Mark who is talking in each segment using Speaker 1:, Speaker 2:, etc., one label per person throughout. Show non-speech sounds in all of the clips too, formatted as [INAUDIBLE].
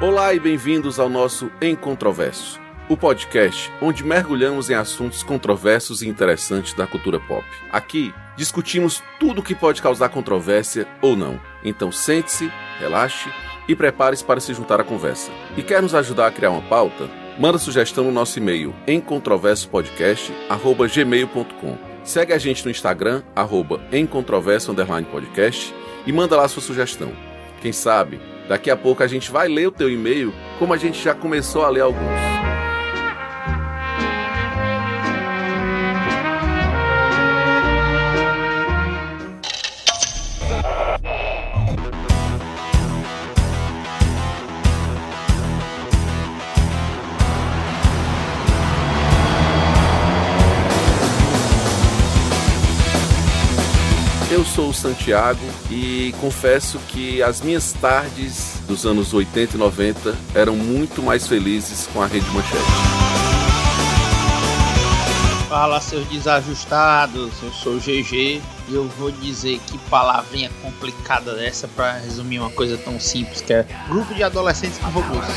Speaker 1: Olá e bem-vindos ao nosso Encontroverso, o podcast onde mergulhamos em assuntos controversos e interessantes da cultura pop. Aqui discutimos tudo o que pode causar controvérsia ou não. Então sente-se, relaxe e prepare-se para se juntar à conversa. E quer nos ajudar a criar uma pauta? Manda sugestão no nosso e-mail encontroversopodcast@gmail.com. Segue a gente no Instagram arroba @encontroverso_podcast e manda lá sua sugestão. Quem sabe, daqui a pouco a gente vai ler o teu e-mail, como a gente já começou a ler alguns. Eu sou o Santiago e confesso que as minhas tardes dos anos 80 e 90 eram muito mais felizes com a Rede Manchete.
Speaker 2: Fala, seus desajustados, eu sou o GG e eu vou dizer que palavrinha complicada dessa pra resumir uma coisa tão simples que é grupo de adolescentes [LAUGHS] corruptos.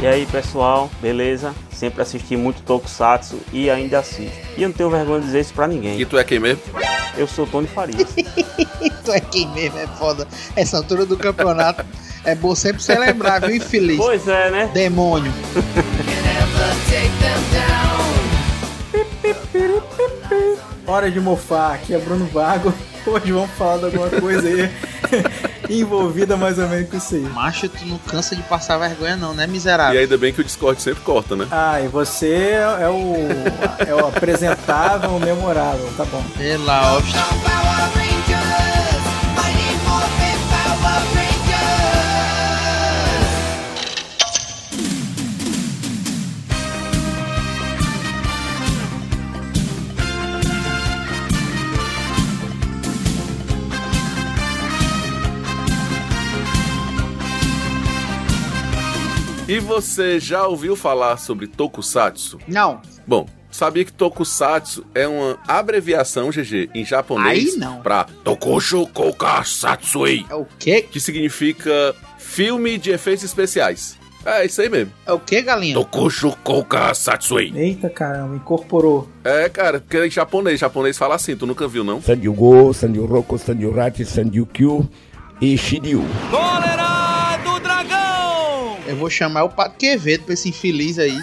Speaker 3: E aí pessoal, beleza? Sempre assisti muito Tokusatsu e ainda assisto. E eu não tenho vergonha de dizer isso pra
Speaker 1: E
Speaker 3: ninguém.
Speaker 1: tu é quem mesmo?
Speaker 3: Eu sou Tony Farias.
Speaker 2: Tu é quem mesmo, é foda. Essa altura do campeonato é bom sempre celebrar, viu, infeliz?
Speaker 3: pois é, né?
Speaker 2: Demônio.
Speaker 4: Hora de mofar, aqui é Bruno Vago. [LAUGHS] Hoje vamos falar de alguma coisa aí [LAUGHS] envolvida mais ou menos com isso aí.
Speaker 2: Macho, tu não cansa de passar vergonha não, né, miserável?
Speaker 1: E ainda bem que o Discord sempre corta, né?
Speaker 4: Ah, e você é o, é o apresentável, o memorável, tá bom.
Speaker 2: Pela hóstia.
Speaker 1: E você já ouviu falar sobre Tokusatsu?
Speaker 2: Não,
Speaker 1: Bom, sabia que Tokusatsu é uma abreviação GG em japonês
Speaker 2: Aí não.
Speaker 1: pra Tokushu Kokasatsui,
Speaker 2: é o quê?
Speaker 1: que significa filme de efeitos especiais. É isso aí mesmo.
Speaker 2: É o quê, galinha?
Speaker 1: Tokushu Kokasatsui.
Speaker 4: Eita caramba, incorporou.
Speaker 1: É, cara, porque em japonês, japonês fala assim, tu nunca viu, não?
Speaker 5: Sandy Go, Sandy Roko, Sandy Rachi, Sandy Kyu e Shiryu.
Speaker 2: Eu vou chamar o Pato Quevedo pra esse infeliz aí. [LAUGHS]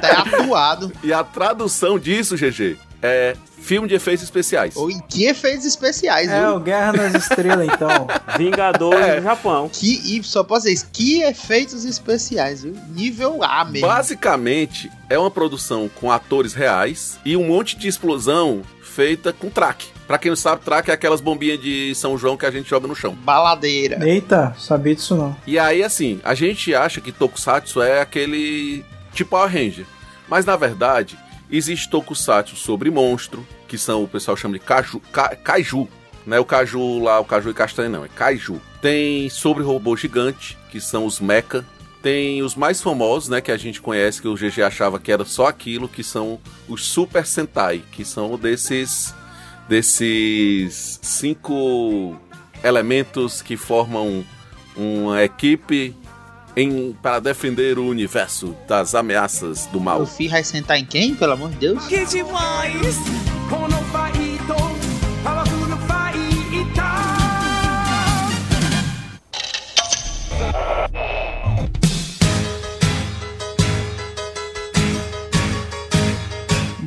Speaker 2: tá atuado.
Speaker 1: E a tradução disso, GG, é filme de efeitos especiais.
Speaker 2: Ou em que efeitos especiais,
Speaker 4: É
Speaker 2: viu?
Speaker 4: o Guerra nas Estrelas, então.
Speaker 3: Vingadores do Japão.
Speaker 2: Que, e só posso dizer isso, que efeitos especiais, viu? Nível A mesmo.
Speaker 1: Basicamente, é uma produção com atores reais e um monte de explosão feita com track. Pra quem não sabe, track é aquelas bombinhas de São João que a gente joga no chão.
Speaker 2: Baladeira.
Speaker 4: Eita, sabia disso não.
Speaker 1: E aí, assim, a gente acha que Tokusatsu é aquele tipo Power Ranger. Mas, na verdade, existe Tokusatsu sobre monstro, que são, o pessoal chama de Kaju, Ka- Kaiju. Não é o Caju lá, o Caju e Castanha, não. É Kaiju. Tem sobre robô gigante, que são os Mecha. Tem os mais famosos, né, que a gente conhece, que o GG achava que era só aquilo, que são os Super Sentai, que são desses... Desses cinco elementos que formam uma equipe em, para defender o universo das ameaças do
Speaker 2: O
Speaker 1: mal.
Speaker 2: Fi vai sentar em quem, pelo amor de Deus?
Speaker 6: このファイトパワフルファイター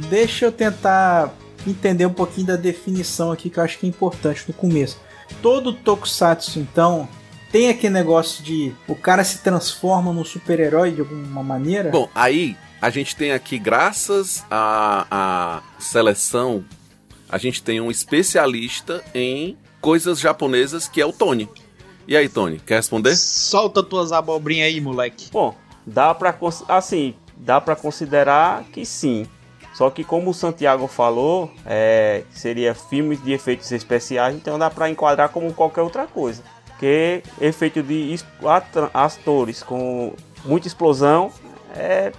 Speaker 4: Deixa eu tentar entender um pouquinho da definição aqui que eu acho que é importante no começo. Todo tokusatsu, então, tem aquele negócio de o cara se transforma num super-herói de alguma maneira?
Speaker 1: Bom, aí a gente tem aqui, graças à, à seleção, a gente tem um especialista em coisas japonesas que é o Tony. E aí, Tony, quer responder?
Speaker 2: Solta tuas abobrinhas aí, moleque.
Speaker 3: Bom, dá pra cons- assim, dá para considerar que sim. Só que como o Santiago falou, é, seria filmes de efeitos especiais, então dá pra enquadrar como qualquer outra coisa. Porque efeito de es- atra- atores com muita explosão é,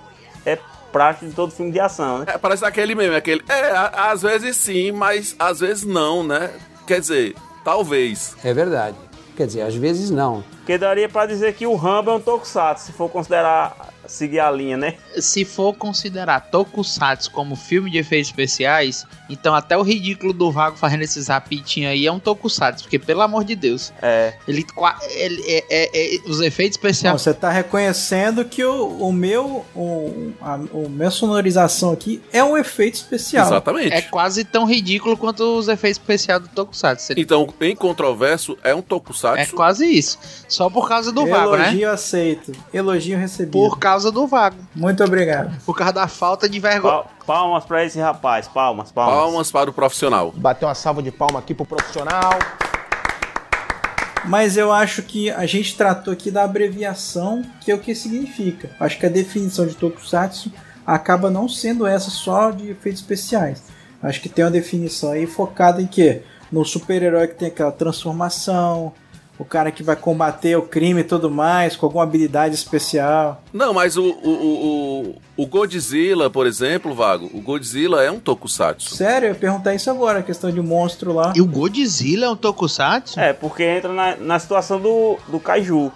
Speaker 3: é prático de todo filme de ação, né?
Speaker 1: É, parece aquele mesmo, aquele. É, a- às vezes sim, mas às vezes não, né? Quer dizer, talvez.
Speaker 7: É verdade. Quer dizer, às vezes não.
Speaker 3: Porque daria pra dizer que o Rambo é um tokusatsu, se for considerar seguir a linha, né?
Speaker 2: Se for considerar Tokusatsu como filme de efeitos especiais, então até o ridículo do Vago fazendo esses rapidinhos aí é um Tokusatsu, porque pelo amor de Deus,
Speaker 3: É.
Speaker 2: ele, qua- ele- é- é- é- os efeitos
Speaker 4: Não,
Speaker 2: especiais
Speaker 4: você tá reconhecendo que o, o meu o, a o meu sonorização aqui é um efeito especial.
Speaker 1: Exatamente.
Speaker 2: é quase tão ridículo quanto os efeitos especiais do Tokusatsu. Ele-
Speaker 1: Então, em controverso, é um
Speaker 2: É
Speaker 1: tokusatsu.
Speaker 2: quase isso. Só por causa do Vago, né?
Speaker 4: elogio aceito, elogio recebido.
Speaker 2: Por causa do Vago.
Speaker 4: Muito obrigado.
Speaker 2: Por causa da falta de vergonha.
Speaker 3: Pal- Palmas pra esse rapaz, palmas, palmas.
Speaker 1: Palmas para o profissional.
Speaker 8: Bateu uma salva de palma aqui pro profissional.
Speaker 4: Mas eu acho que a gente tratou aqui da abreviação, que é o que significa. Acho que a definição de tokusatsu acaba não sendo essa só de efeitos especiais. Acho que tem uma definição aí focada em quê? No super-herói que tem aquela transformação, o cara que vai combater o crime e tudo mais, com alguma habilidade especial.
Speaker 1: Não, mas o, o, o, o Godzilla, por exemplo, Vago, o Godzilla é um tokusatsu.
Speaker 4: Sério, eu ia perguntar isso agora, a questão de monstro lá.
Speaker 2: E o Godzilla é um Tokusatsu?
Speaker 3: É, porque entra na, na situação do, do Kaiju.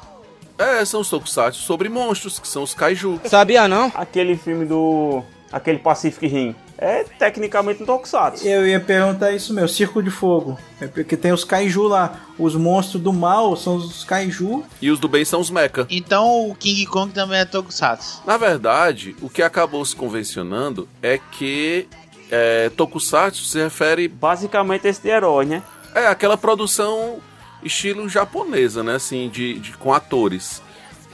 Speaker 1: É, são os tokusatsu sobre monstros, que são os kaiju.
Speaker 7: Sabia não?
Speaker 3: Aquele filme do. Aquele Pacific Rim. É tecnicamente um Tokusatsu.
Speaker 4: Eu ia perguntar isso meu, Círculo de Fogo. É porque tem os kaiju lá. Os monstros do mal são os kaiju
Speaker 1: E os do bem são os mecha.
Speaker 2: Então o King Kong também é Tokusatsu.
Speaker 1: Na verdade, o que acabou se convencionando é que é, tokusatsu se refere
Speaker 3: Basicamente esse de herói, né?
Speaker 1: É, aquela produção estilo japonesa, né? Assim, de, de- com atores.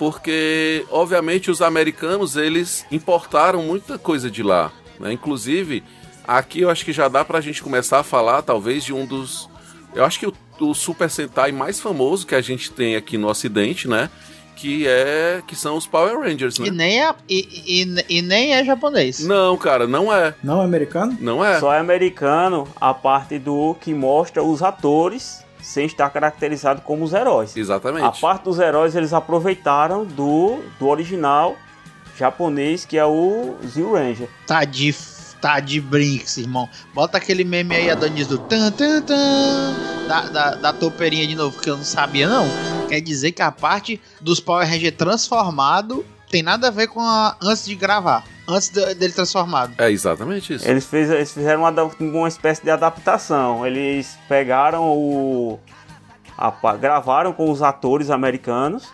Speaker 1: Porque, obviamente, os americanos, eles importaram muita coisa de lá. Né? Inclusive, aqui eu acho que já dá pra gente começar a falar, talvez, de um dos... Eu acho que o, o Super Sentai mais famoso que a gente tem aqui no Ocidente, né? Que é... Que são os Power Rangers,
Speaker 2: E
Speaker 1: né?
Speaker 2: nem é, e, e- e nem é japonês.
Speaker 1: Não, cara, não é.
Speaker 4: não americano?
Speaker 1: Não é.
Speaker 3: Só é americano a parte do que mostra os atores sem estar caracterizado como os heróis. A
Speaker 1: Exatamente.
Speaker 3: parte dos heróis eles aproveitaram do, do original japonês, que é o Zio Ranger.
Speaker 2: Tá de, tá de brinks, irmão. Bota aquele meme aí, Adonis, do tan tan tan da, da, da topeirinha de novo, que eu não sabia, não. Quer dizer que a parte dos Power Ranger transformado tem nada a ver com a antes de gravar, antes de- dele transformado.
Speaker 1: É exatamente isso.
Speaker 3: Eles, fez, eles fizeram uma, adap- uma espécie de adaptação. Eles pegaram o. a pa- gravaram com os atores americanos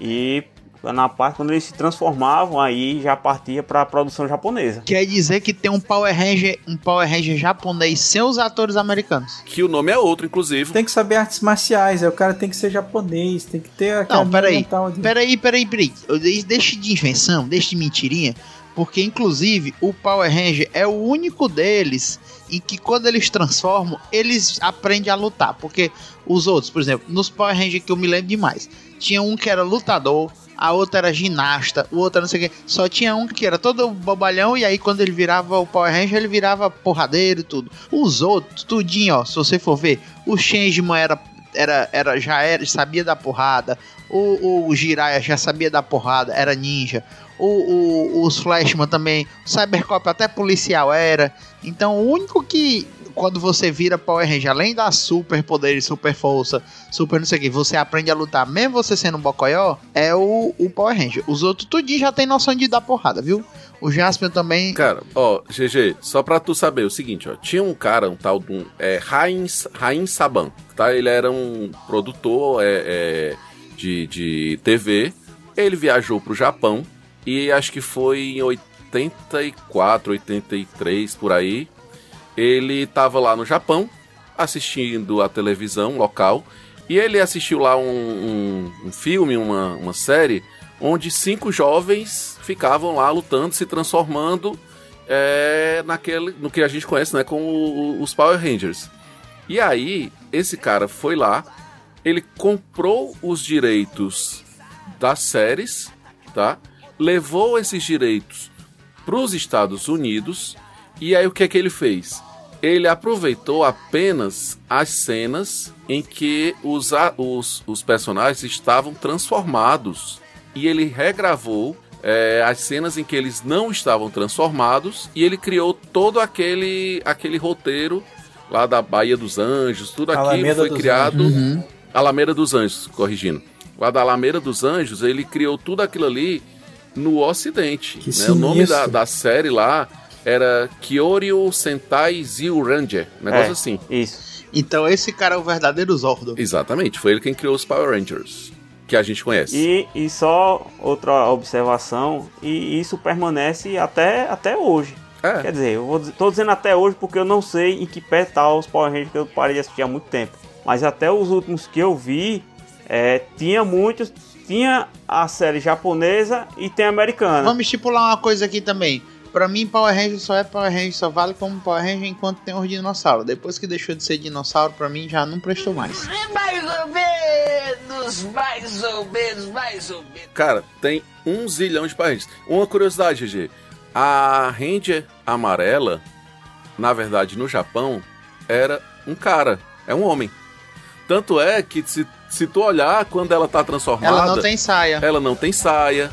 Speaker 3: e na parte quando eles se transformavam aí já partia para a produção japonesa.
Speaker 2: Quer dizer que tem um Power Ranger, um Power Ranger japonês sem os atores americanos.
Speaker 1: Que o nome é outro, inclusive.
Speaker 4: Tem que saber artes marciais, aí o cara tem que ser japonês, tem que ter aquela
Speaker 2: Não, peraí.
Speaker 4: mental de-
Speaker 2: Peraí, peraí, peraí. Eu de- Deixa de invenção, deixa de mentirinha. Porque, inclusive, o Power Ranger é o único deles em que, quando eles transformam, eles aprendem a lutar. Porque os outros, por exemplo, nos Power Rangers que eu me lembro demais, tinha um que era lutador, a outra era ginasta, o outro era não sei o quê. Só tinha um que era todo bobalhão e aí, quando ele virava o Power Ranger, ele virava porradeiro e tudo. Os outros, tudinho, ó, se você for ver, o Changeman era, era, era, já era, sabia da porrada. O, o Jiraiya já sabia da porrada, era ninja. O, o- os Flashman também. O Cybercop até policial era. Então o único que. Quando você vira Power Ranger, além da super poder, super força, super não sei o que, você aprende a lutar, mesmo você sendo um bocoió, é o, o Power Ranger. Os outros tudinho já tem noção de dar porrada, viu? O Jasper também.
Speaker 1: Cara, ó, GG, só pra tu saber o seguinte, ó. Tinha um cara, um tal de um. É, Rain, Rain Saban, tá? Ele era um produtor é, é, de, de TV. Ele viajou pro Japão e acho que foi em 84, 83 por aí. Ele tava lá no Japão assistindo a televisão local e ele assistiu lá um, um- um filme, uma, uma série, onde cinco jovens ficavam lá lutando, se transformando é, naquele, no que a gente conhece né, como o- os Power Rangers. E aí, esse cara foi lá, ele comprou os direitos das séries, tá? Levou esses direitos para os Estados Unidos. E aí o que é que ele fez? Ele aproveitou apenas as cenas em que os, a- os, os personagens estavam transformados. E ele regravou é, as cenas em que eles não estavam transformados. E ele criou todo aquele, aquele roteiro lá da Baía dos Anjos, tudo aquilo
Speaker 4: Alameda
Speaker 1: foi
Speaker 4: dos
Speaker 1: criado.
Speaker 2: Uhum.
Speaker 1: Alameda dos Anjos, corrigindo. Lá da Alameda dos Anjos, ele criou tudo aquilo ali no Ocidente.
Speaker 4: Que
Speaker 1: né? O nome da,
Speaker 4: sinistro.
Speaker 1: da série lá era Kyoryu Sentai Zio Ranger. Negócio
Speaker 3: É.
Speaker 1: assim.
Speaker 3: Isso.
Speaker 2: Então esse cara é o verdadeiro Zordon.
Speaker 1: Exatamente, foi ele quem criou os Power Rangers, que a gente conhece.
Speaker 3: E, e só outra observação, e isso permanece até, até hoje.
Speaker 1: É,
Speaker 3: Quer dizer, eu vou dizer, tô dizendo até hoje porque eu não sei em que pé tá os Power Rangers que eu parei de assistir há muito tempo. Mas até os últimos que eu vi, é, tinha muitos. Tinha a série japonesa e tem a americana.
Speaker 2: Vamos estipular uma coisa aqui também. Pra mim, Power Ranger só é Power Ranger, só vale como Power Ranger enquanto tem os dinossauros. Depois que deixou de ser dinossauro, pra mim já não prestou mais.
Speaker 7: É Mais ou menos, mais ou menos, mais ou
Speaker 3: é-
Speaker 7: menos.
Speaker 1: cara, tem um zilhão de Power Rangers. Uma curiosidade, GG. A Ranger amarela, na verdade, no Japão, era um cara, é um homem. Tanto é que se, se tu olhar quando ela tá transformada,
Speaker 2: Ela não tem saia.
Speaker 1: ela não tem saia,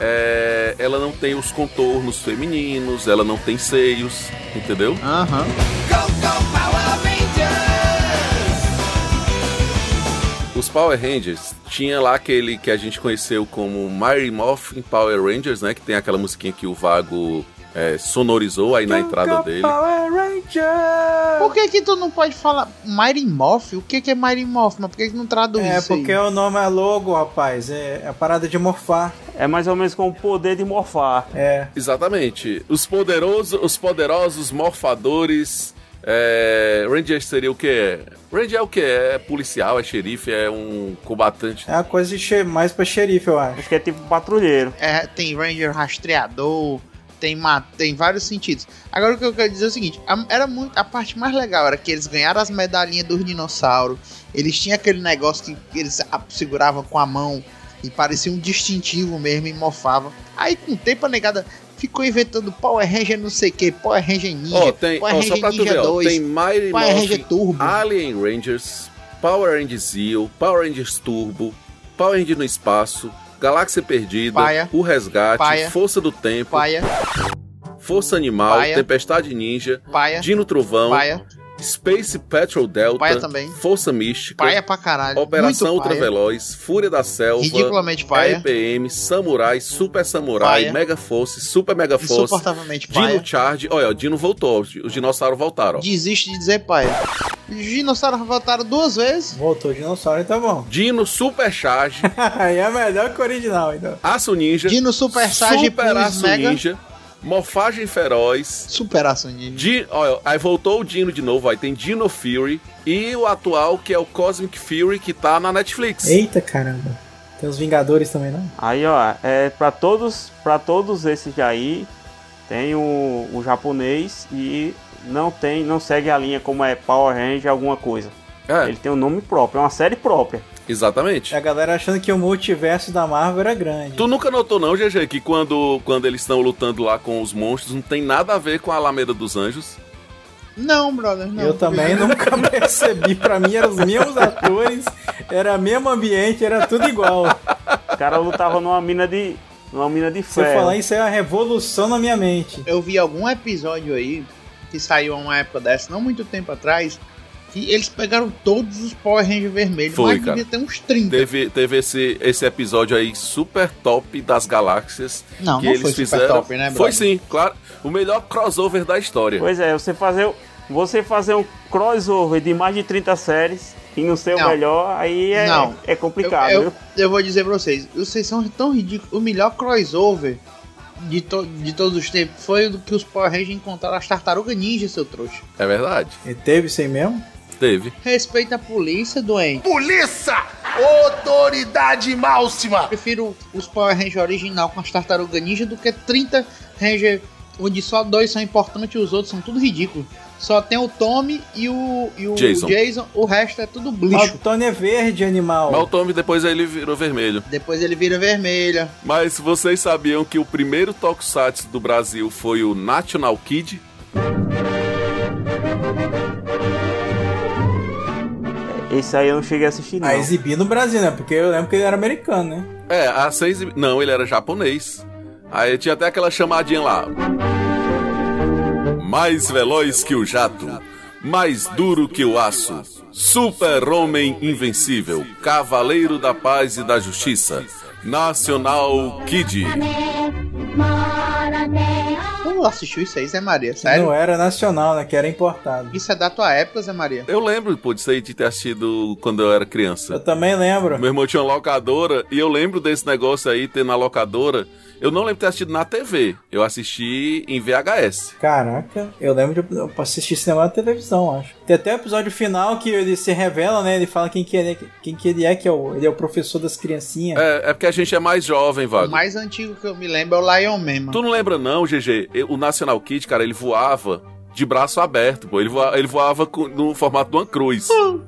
Speaker 1: é, ela não tem os contornos femininos, ela não tem seios, entendeu?
Speaker 2: Aham.
Speaker 1: Os Power Rangers tinha lá aquele que a gente conheceu como Mary Morphin Power Rangers, né? Que tem aquela musiquinha que o Vago é, sonorizou aí na entrada dele.
Speaker 4: Power Ranger!
Speaker 2: Por que que tu não pode falar Mighty Morph? O que que é Mighty Morph? Mas por que que não traduz
Speaker 4: É,
Speaker 2: isso aí?
Speaker 4: porque o nome é logo, rapaz. É a parada de morfar.
Speaker 3: É mais ou menos com o poder de morfar.
Speaker 4: É.
Speaker 1: Exatamente. Os poderosos, os poderosos morfadores. é, Ranger seria o que? Ranger é o que? É policial, é xerife, é um combatante.
Speaker 4: É uma coisa de che- mais pra xerife, eu acho.
Speaker 3: Acho que é tipo patrulheiro.
Speaker 2: É, tem Ranger rastreador, tem, ma- tem vários sentidos. Agora o que eu quero dizer é o seguinte: a, era muito, a parte mais legal era que eles ganharam as medalhinhas dos dinossauros. Eles tinham aquele negócio que eles a- seguravam com a mão e parecia um distintivo mesmo e mofava. Aí com o tempo a negada ficou inventando Power Ranger não sei o que, Power Ranger Ninja,
Speaker 1: Ó, tem,
Speaker 2: Power
Speaker 1: ó,
Speaker 2: Ranger
Speaker 1: só pra tu
Speaker 2: Ninja
Speaker 1: ver, ó,
Speaker 2: 2,
Speaker 1: tem Mighty
Speaker 2: Power Ranger
Speaker 1: Morphin
Speaker 2: Turbo.
Speaker 1: Alien Rangers, Power Rangers Zeo, Power Rangers Turbo, Power Rangers no Espaço, Galáxia Perdida,
Speaker 2: Paia.
Speaker 1: O Resgate,
Speaker 2: Paia.
Speaker 1: Força do Tempo,
Speaker 2: Paia,
Speaker 1: Força Animal,
Speaker 2: Paia.
Speaker 1: Tempestade Ninja,
Speaker 2: paia,
Speaker 1: Dino Trovão,
Speaker 2: paia,
Speaker 1: Space Patrol Delta,
Speaker 2: Paia também.
Speaker 1: Força Mística,
Speaker 2: paia pra caralho.
Speaker 1: é Operação
Speaker 2: muito paia,
Speaker 1: Ultraveloz, é, Fúria da Selva,
Speaker 2: Ridiculamente paia.
Speaker 1: RPM, Samurai, Super Samurai,
Speaker 2: Paia.
Speaker 1: Mega Force, Super Mega Force,
Speaker 2: Insuportavelmente paia.
Speaker 1: Dino Charge. Olha, o Dino voltou, os os dinossauros voltaram. ó.
Speaker 2: Desiste de dizer pai. Os dinossauros voltaram duas vezes.
Speaker 4: Voltou o dinossauro, então bom. [LAUGHS]
Speaker 1: Dino Super Charge,
Speaker 4: Aí é melhor que o original, então.
Speaker 1: Aço Ninja,
Speaker 2: Dino Super Saiyajin
Speaker 1: Super
Speaker 2: Plus
Speaker 1: Aço
Speaker 2: Mega.
Speaker 1: Ninja, Morfagem Feroz,
Speaker 2: Super Aço Ninja.
Speaker 1: Di- olha, aí voltou o Dino de novo, aí tem Dino Fury e o atual que é o Cosmic Fury que tá na Netflix.
Speaker 4: Eita caramba. Tem os Vingadores também, não?
Speaker 3: Aí, ó, é para todos, para todos esses aí, tem o, o japonês e não tem, não segue a linha como é Power Ranger alguma coisa.
Speaker 1: É,
Speaker 3: Ele tem um nome próprio, é uma série própria.
Speaker 1: exatamente.
Speaker 2: É.
Speaker 4: E a galera achando que o multiverso da Marvel era grande.
Speaker 1: Tu nunca notou não, GG, que quando, quando eles estão lutando lá com os monstros, não tem nada a ver com a Alameda dos Anjos.
Speaker 2: Não, brother, não.
Speaker 4: eu
Speaker 2: [LAUGHS]
Speaker 4: também nunca percebi. Pra mim, eram os mesmos atores, era o mesmo ambiente, era tudo igual.
Speaker 3: O cara lutava numa mina de, numa mina de
Speaker 4: Se eu
Speaker 3: ferro.
Speaker 4: falar isso, é uma revolução na minha mente.
Speaker 2: Eu vi algum episódio aí, que saiu há uma época dessa, não muito tempo atrás, que eles pegaram todos os Power Rangers vermelhos,
Speaker 1: Foi,
Speaker 2: mas
Speaker 1: cara.
Speaker 2: devia ter uns 30.
Speaker 1: Teve, teve esse, esse episódio aí super top das galáxias
Speaker 2: Não,
Speaker 1: que
Speaker 2: não
Speaker 1: eles
Speaker 2: foi super
Speaker 1: fizeram.
Speaker 2: top, né, brother?
Speaker 1: foi sim, claro. O melhor crossover da história.
Speaker 3: Pois é, você fazer, o- você fazer um crossover de mais de 30 séries e não ser
Speaker 2: Não.
Speaker 3: o melhor, aí é,
Speaker 2: Não.
Speaker 3: é complicado,
Speaker 2: eu,
Speaker 3: viu?
Speaker 2: eu, eu vou dizer pra vocês, vocês são tão ridículos. O melhor crossover de, to- de todos os tempos foi o do que os Power Rangers encontraram as tartarugas ninja, seu trouxa.
Speaker 1: É verdade.
Speaker 4: E teve isso aí mesmo?
Speaker 1: Teve.
Speaker 2: Respeita a polícia, doente.
Speaker 6: Polícia! Autoridade máxima!
Speaker 2: prefiro os Power Ranger original com as tartarugas ninja do que 30 Ranger onde só dois são importantes e os outros são tudo ridículo. Só tem o Tommy e o, e o
Speaker 1: Jason.
Speaker 2: Jason. o resto é tudo
Speaker 4: Mas
Speaker 2: lixo.
Speaker 4: o Tony é verde, animal.
Speaker 1: Mas o Tommy depois ele virou vermelho.
Speaker 2: Depois ele vira vermelha.
Speaker 1: Mas vocês sabiam que o primeiro Tokusatsu do Brasil foi o National Kid?
Speaker 3: Esse aí eu não cheguei a assistir, não.
Speaker 4: A exibir Ah, no Brasil, né? Porque eu lembro que ele era americano, né?
Speaker 1: É, a seis... e- Não, ele era japonês. Aí tinha até aquela chamadinha lá. Mais veloz que o jato, mais duro que o aço, Super-Homem Invencível, Cavaleiro da Paz e da Justiça, Nacional Kid.
Speaker 2: Tu assistiu isso aí, Zé Maria? Sério?
Speaker 4: Não era nacional, né? Que era importado.
Speaker 2: Isso é da tua época, Zé Maria?
Speaker 1: Eu lembro, pô, disso aí de ter assistido quando eu era
Speaker 4: Eu
Speaker 1: criança.
Speaker 4: também lembro.
Speaker 1: Meu irmão tinha uma locadora e eu lembro desse negócio aí, ter na locadora. Eu não lembro de ter assistido na TV, eu assisti em VHS.
Speaker 4: Caraca, eu lembro de eu assistir cinema na televisão, acho. Tem até o episódio final que ele se revela, né? Ele fala quem que ele é, quem que ele é, que é o, ele é o professor das criancinhas.
Speaker 1: É, é porque a gente é mais jovem,
Speaker 2: O
Speaker 1: Vago.
Speaker 2: mais antigo que eu me lembro é o Lion Man, mano.
Speaker 1: Tu não lembra não, GG? Eu- O National Kid, cara, ele voava de braço aberto, pô. Ele, voa- ele voava com- no formato de uma cruz.
Speaker 2: Como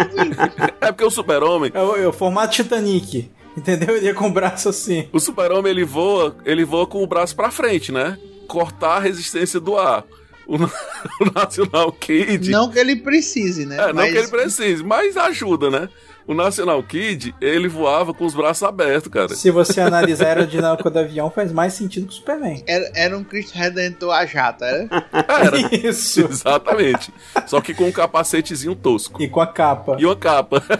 Speaker 1: [LAUGHS]
Speaker 2: assim?
Speaker 1: É porque o super-homem...
Speaker 4: É o, é o formato Titanic, entendeu? Ele é com o braço assim.
Speaker 1: O super-homem, ele voa, ele voa com o braço pra frente, né? Cortar a resistência do ar. O, [LAUGHS] na- o National Kid...
Speaker 2: Não que ele precise, né?
Speaker 1: É, não
Speaker 2: Mas
Speaker 1: que ele precise, mas ajuda, né? O National Kid, ele voava com os braços abertos,
Speaker 4: [LAUGHS]
Speaker 1: cara.
Speaker 4: Se você analisar a aerodinâmica do avião, faz mais sentido que o Superman.
Speaker 2: Era, era um Cristo Redentor a jato, era?
Speaker 1: Era.
Speaker 4: Isso.
Speaker 1: Exatamente. Só que com um capacetezinho tosco.
Speaker 4: E com a capa.
Speaker 1: E uma capa.
Speaker 3: [LAUGHS]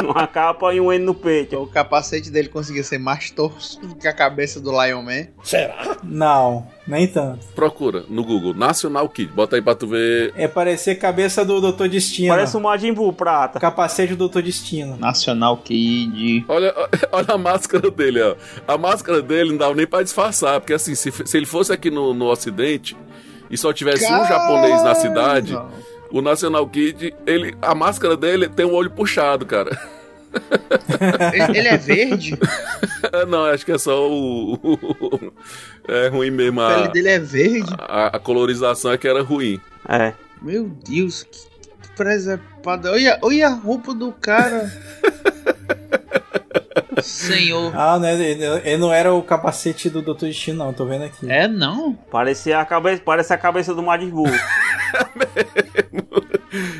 Speaker 1: [LAUGHS]
Speaker 3: Uma capa e um N no peito.
Speaker 2: O capacete dele conseguia ser mais torto do que a cabeça do Lion Man.
Speaker 4: Não, nem tanto.
Speaker 1: Procura no Google, National Kid. Bota aí pra tu ver.
Speaker 4: É parecer cabeça do Dr. Destino.
Speaker 3: Parece um Majin Buu prata.
Speaker 4: Capacete do Dr. Destino.
Speaker 2: Nacional Kid.
Speaker 1: Olha, [LAUGHS] olha a máscara dele, ó. A máscara dele não dava nem pra disfarçar, porque assim, se, se ele fosse aqui no, no Ocidente e só tivesse um japonês na cidade, o National Kid, ele, a máscara dele tem o olho puxado, cara.
Speaker 2: Ele, ele é verde?
Speaker 1: É, Não, acho que é só o. É ruim mesmo.
Speaker 2: A pele
Speaker 1: A,
Speaker 2: dele é verde?
Speaker 1: a, a colorização é que era ruim.
Speaker 3: É.
Speaker 2: Meu Deus, que que presepada. Olha, olha a roupa do cara. Senhor.
Speaker 4: Ah, né? Ele ele não era o capacete do Dr. Destino, não, tô vendo aqui. [LAUGHS]
Speaker 2: É não?
Speaker 3: Parecia a cabeça, parece a cabeça do Majin Buu. [LAUGHS]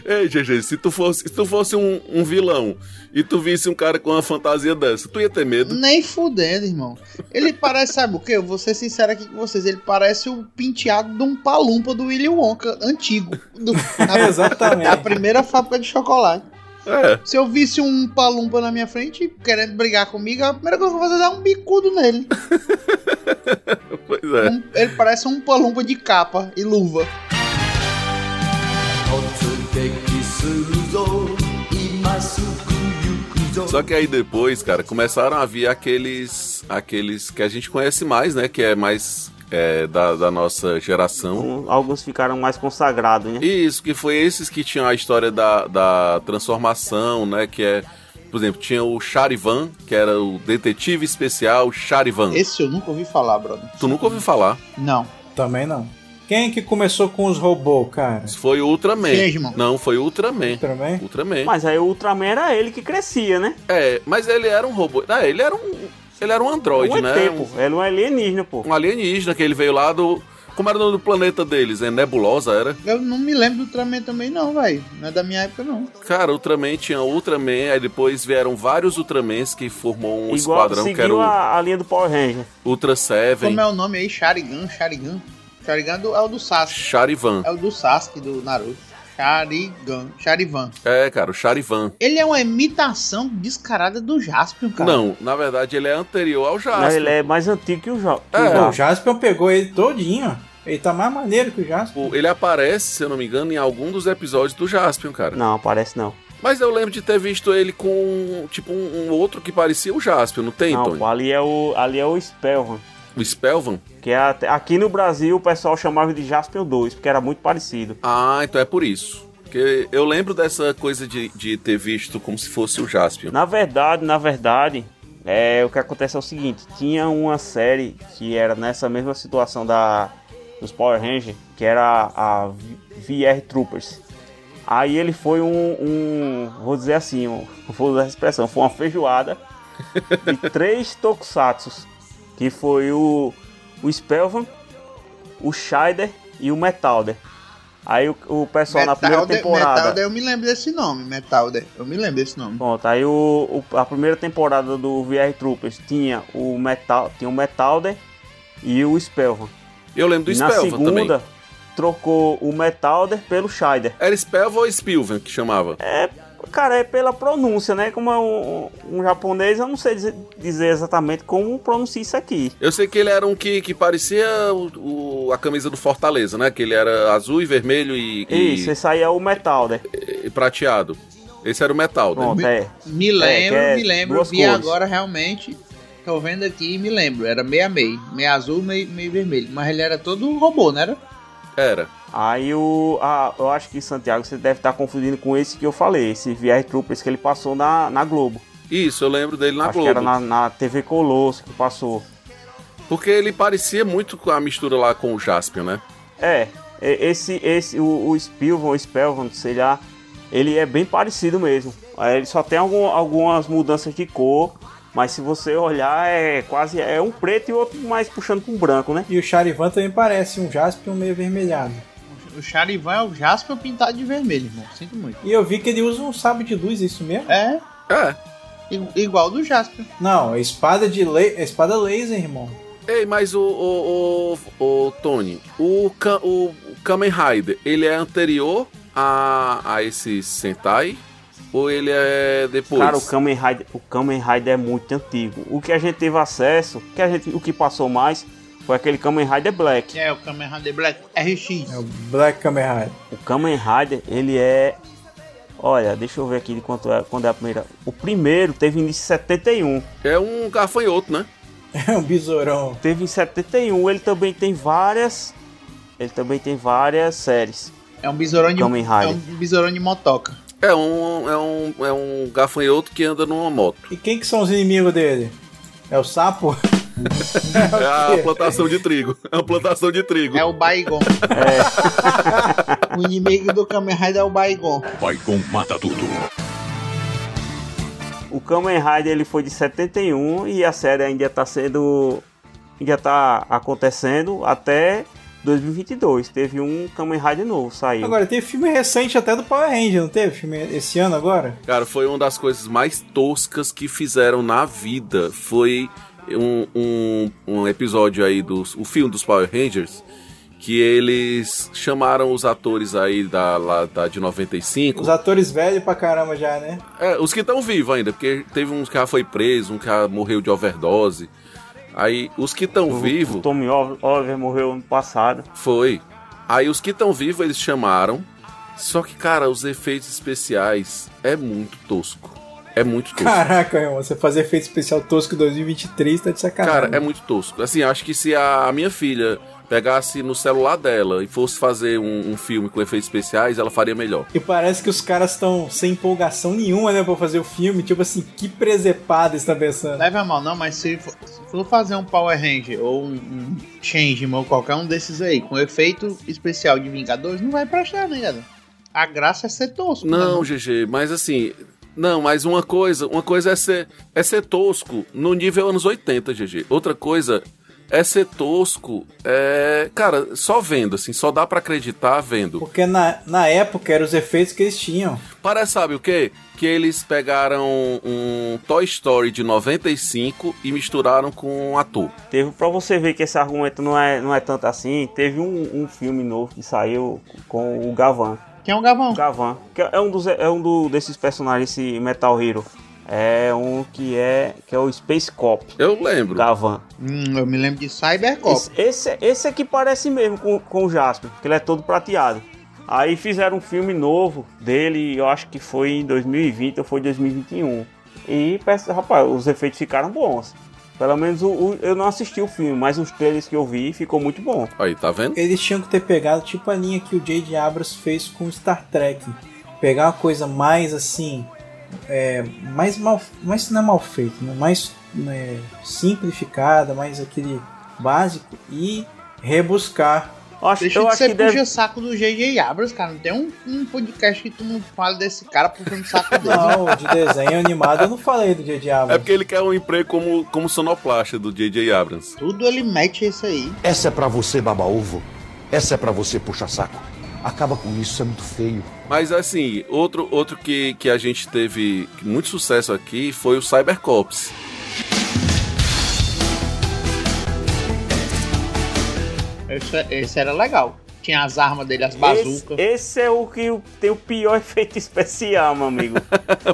Speaker 1: Ei, GG, se tu fosse, se tu fosse um, um vilão e tu visse um cara com uma fantasia dessa, tu ia ter medo.
Speaker 2: Nem fudendo, irmão. Ele parece, sabe o que? Eu vou ser sincero aqui com vocês. Ele parece o penteado de um palumpa do Willy Wonka antigo. Do, na, da
Speaker 4: Exatamente.
Speaker 2: primeira fábrica de chocolate.
Speaker 1: É.
Speaker 2: Se eu visse um palumpa na minha frente querendo brigar comigo, a primeira coisa que eu vou fazer é dar um bicudo nele.
Speaker 1: Pois é.
Speaker 2: Um- ele parece um palumpa de capa e luva.
Speaker 6: 今すぐ行くぞ
Speaker 1: Só que aí depois, cara, começaram a vir aqueles. aqueles que a gente conhece mais, né? Que é mais é, da, da nossa geração.
Speaker 3: Um- Alguns ficaram mais consagrados, né?
Speaker 1: Isso, que foi esses que tinham a história da, da transformação, né? Que é. Por exemplo, tinha o Charivan, que era o detetive especial Charivan.
Speaker 2: Esse eu nunca ouvi falar, brother.
Speaker 1: Tu nunca ouviu falar.
Speaker 2: Não.
Speaker 4: Também não. Quem que começou com os robôs, cara?
Speaker 1: Isso foi o Ultraman.
Speaker 2: Sim, irmão.
Speaker 1: Não, foi o Ultraman.
Speaker 4: Também?
Speaker 1: Ultraman.
Speaker 3: Mas aí o Ultraman era ele que crescia, né?
Speaker 1: É, mas ele era um robô. Ah, ele era um. Ele era um androide,
Speaker 3: Um ET,
Speaker 1: né?
Speaker 3: pô. Era um alienígena, pô.
Speaker 1: Um, um alienígena que ele veio lá do. Como era o nome do planeta deles? É Nebulosa, era?
Speaker 2: Eu não me lembro do Ultraman também, não, velho. Não é da minha época, não.
Speaker 1: Cara, Ultraman tinha Ultraman, aí depois vieram vários Ultramans que formou um
Speaker 3: Igual
Speaker 1: esquadrão que era
Speaker 3: seguiu
Speaker 1: o
Speaker 3: a, a linha do Power Ranger.
Speaker 1: Ultra Seven,
Speaker 2: Como é o nome aí? Sharingan, Sharingan. Sharingan é do- é o do Sasuke.
Speaker 1: Charivan.
Speaker 2: É o do Sasuke do Naruto. Sharingan, Sharivan.
Speaker 1: É, cara, o Charivan.
Speaker 2: Ele é uma imitação descarada do Jaspion, cara.
Speaker 1: Não, na verdade ele é anterior ao
Speaker 3: Mas
Speaker 1: Jasper.
Speaker 3: ele é mais antigo que o Jó.
Speaker 1: É.
Speaker 4: Pô, o Jaspion pegou ele todinho. Ele tá mais maneiro que o Jaspion.
Speaker 1: Tipo, ele aparece, se eu não me engano, em algum dos episódios do Jaspion, cara.
Speaker 3: Não, parece não.
Speaker 1: Mas eu lembro de ter visto ele com, tipo, um, um outro que parecia o Jaspion, não tem,
Speaker 3: não,
Speaker 1: Tony?
Speaker 3: pô, ali é o, ali é o Spellman.
Speaker 1: O Spelvan?
Speaker 3: Que é até- aqui no Brasil o pessoal chamava de Jaspion 2, porque era muito parecido.
Speaker 1: Ah, então é por isso. Porque eu lembro dessa coisa de, de ter visto como se fosse o Jaspion.
Speaker 3: Na verdade, na verdade, é, o que acontece é o seguinte: tinha uma série que era nessa mesma situação da dos Power Rangers, que era a V- VR Troopers. Aí ele foi um, um- vou dizer assim, um, [LAUGHS] vou usar a expressão, foi uma feijoada de três tokusatsus, que foi o, o Spelvan, o Scheider e o Metalder. Aí o, o pessoal na primeira
Speaker 2: Metalder-
Speaker 3: temporada...
Speaker 2: Metalder, eu me lembro desse nome, Metalder. Eu me lembro desse nome.
Speaker 3: Pronto, aí o, o- a primeira temporada do VR Troopers tinha o Metal, tinha o Metalder e o Spelvan.
Speaker 1: Eu lembro do
Speaker 3: e na
Speaker 1: Spelvan também.
Speaker 3: segunda, trocou o Metalder pelo Scheider.
Speaker 1: Era Spelva ou Spilven que chamava?
Speaker 3: É, cara, é pela pronúncia, né? Como é um, um japonês, eu não sei dizer, dizer exatamente como pronuncia isso aqui.
Speaker 1: Eu sei que ele era um que, que parecia o- o- a camisa do Fortaleza, né? Que ele era azul e vermelho e, e-
Speaker 3: Isso, esse aí é o Metalder.
Speaker 1: e prateado. Esse era o metal dele.
Speaker 3: Pronto, é.
Speaker 2: Me
Speaker 3: que
Speaker 2: lembro,
Speaker 3: é
Speaker 2: me lembro.
Speaker 3: duas
Speaker 2: Vi
Speaker 3: cores.
Speaker 2: agora realmente. Tô vendo aqui e me lembro. Era meio a meio. Meio azul, meio, meio vermelho. Mas ele era todo um robô, não era?
Speaker 1: Era.
Speaker 3: Aí o. ah, eu acho que Santiago você deve estar confundindo com esse que eu falei, esse VR Troopers que ele passou na, na Globo.
Speaker 1: Isso, eu lembro dele na
Speaker 3: acho
Speaker 1: Globo.
Speaker 3: que era na, na TV Colosso que passou.
Speaker 1: Porque ele parecia muito com a mistura lá com o Jaspion, né?
Speaker 3: É, e- esse, esse, o, o Spilvan, o Spelvan, sei lá, ele é bem parecido mesmo. Aí Ele só tem algum- algumas mudanças de cor, mas se você olhar, é quase é um preto e outro mais puxando com branco, né?
Speaker 4: E o Charivan também parece um Jaspion meio avermelhado.
Speaker 2: O Charivan é o Jasper pintado de vermelho, irmão. Sinto muito.
Speaker 4: E eu vi que ele usa um sabre de luz, é isso mesmo?
Speaker 2: É,
Speaker 1: É.
Speaker 2: i- igual do Jasper.
Speaker 4: Não, é espada de la... é espada laser, irmão.
Speaker 1: Ei, mas o, o, o, o Tony, o, Ka- o Kamen Rider, ele é anterior a, a esse Sentai? Ou ele é depois?
Speaker 3: Cara, o Kamen, Rider, o Kamen Rider é muito antigo. O que a gente teve acesso, o que, a gente, o que passou mais, foi aquele Kamen Rider Black.
Speaker 2: É, o Kamen Rider Black RX.
Speaker 4: É o Black Kamen Rider.
Speaker 3: O Kamen Rider, ele é. Olha, deixa eu ver aqui de quanto é, quando é a primeira. O primeiro teve início em 71.
Speaker 1: É um gafanhoto, né?
Speaker 4: [LAUGHS] É um besourão.
Speaker 3: Teve em 71, ele também tem várias. Ele também tem várias séries.
Speaker 2: É um besourão de,
Speaker 3: Kamen Rider.
Speaker 2: é um besourão de motoca.
Speaker 1: É um, é um, é um gafanhoto que anda numa
Speaker 4: [LAUGHS]
Speaker 1: moto.
Speaker 4: E quem que são os inimigos dele? É o sapo?
Speaker 1: É
Speaker 4: o
Speaker 1: a
Speaker 4: quê?
Speaker 1: plantação de trigo. É a plantação de trigo.
Speaker 2: É o
Speaker 3: [LAUGHS]
Speaker 2: Baigon.
Speaker 3: É.
Speaker 2: o inimigo do Kamen Rider é o Baigon.
Speaker 3: O Kamen Rider ele foi de 71 e a série ainda está sendo. Ainda tá acontecendo até 2022. Teve um Kamen Rider novo, saiu.
Speaker 4: [LAUGHS] Agora, teve filme recente até do Power Ranger, não teve filme esse ano agora?
Speaker 1: Cara, foi uma das coisas mais toscas que fizeram na vida. Foi um, um, um episódio aí dos. O filme dos Power Rangers. Que eles chamaram os atores aí da, lá, da de 95.
Speaker 4: Os atores velhos pra caramba já, né?
Speaker 1: É, os que estão vivos ainda, porque teve um que já foi preso, um que já morreu de overdose. Aí, os que estão
Speaker 3: O
Speaker 1: vivos.
Speaker 3: Tommy Ol- Oliver morreu ano passado.
Speaker 1: Foi. Aí os que estão vivos eles chamaram. Só que, cara, os efeitos especiais é muito tosco. É muito tosco. Cara,
Speaker 4: Caraca, irmão, você fazer efeito especial tosco em 2023 tá de sacanagem.
Speaker 1: é muito tosco. Assim, acho que se a minha filha pegasse no celular dela e fosse fazer um, um filme com efeitos especiais, ela faria melhor.
Speaker 4: E parece que os caras estão sem empolgação nenhuma, né, pra fazer o filme. Tipo assim, que presepada eles estão pensando.
Speaker 2: Leva a mal, não, mas se for, se for fazer um Power Ranger ou um, um Changeman ou qualquer um desses aí com efeito especial de Vingadores, não vai prestar, né, galera? A graça é ser tosco. né,
Speaker 1: Não,
Speaker 2: irmão?
Speaker 1: GG, mas assim. Não, mas uma coisa, uma coisa é ser, é ser tosco no nível anos 80, GG. Outra coisa é ser tosco, é, cara, só vendo, assim, só dá pra acreditar vendo.
Speaker 4: Porque na, na época eram os efeitos que eles tinham.
Speaker 1: Parece, sabe o quê? Que eles pegaram um Toy Story de 95 e misturaram com um ator.
Speaker 3: Teve para você ver que esse argumento não é, não é tanto assim. Teve um, um filme novo que saiu com o Gavan.
Speaker 2: Quem é o Gavão?
Speaker 3: O Gavan, que é um dos é um do, desses personagens esse Metal Hero. É um que é que é o Space Cop.
Speaker 1: Eu lembro.
Speaker 3: Gavan.
Speaker 2: Hum, eu me lembro de Cybercop.
Speaker 3: Esse, esse, esse aqui parece mesmo com, com o Jasper, que ele é todo prateado. Aí fizeram um filme novo dele, eu acho que foi em 2020 ou foi 2021. E, peço- rapaz, os efeitos ficaram bons. Pelo menos o, o- eu não assisti o filme, mas os trailers que eu vi ficou muito bom.
Speaker 1: Aí, tá vendo?
Speaker 4: Eles tinham que ter pegado tipo a linha que o J.J. Abrams fez com Star Trek. Pegar uma coisa mais assim. É, mais mal. Mais não é mal feito, né? mais né, simplificada, mais aquele básico e rebuscar.
Speaker 3: Eu acho,
Speaker 2: Deixa
Speaker 3: eu
Speaker 2: de
Speaker 3: acho que
Speaker 2: ser
Speaker 3: deve.
Speaker 2: puxa-saco do G.G. Abrams, cara. Não tem um, um podcast que tu não fala desse cara puxando o saco dele.
Speaker 4: Não, de desenho animado eu não falei do J.J.
Speaker 1: É
Speaker 4: Abrams.
Speaker 1: porque ele quer um emprego como, como sonoplasta do J.J. Abrams.
Speaker 2: Tudo ele mete isso aí.
Speaker 9: Essa é pra você, baba-ovo. Essa é pra você, puxa-saco. Acaba com isso, isso é muito feio.
Speaker 1: Mas, assim, outro, outro que, que a gente teve muito sucesso aqui foi o Cybercops. [LAUGHS]
Speaker 2: Esse, esse era legal. tem as armas dele, as
Speaker 3: Esse,
Speaker 2: bazucas.
Speaker 3: esse é o que o- tem o pior [LAUGHS] efeito especial, meu amigo.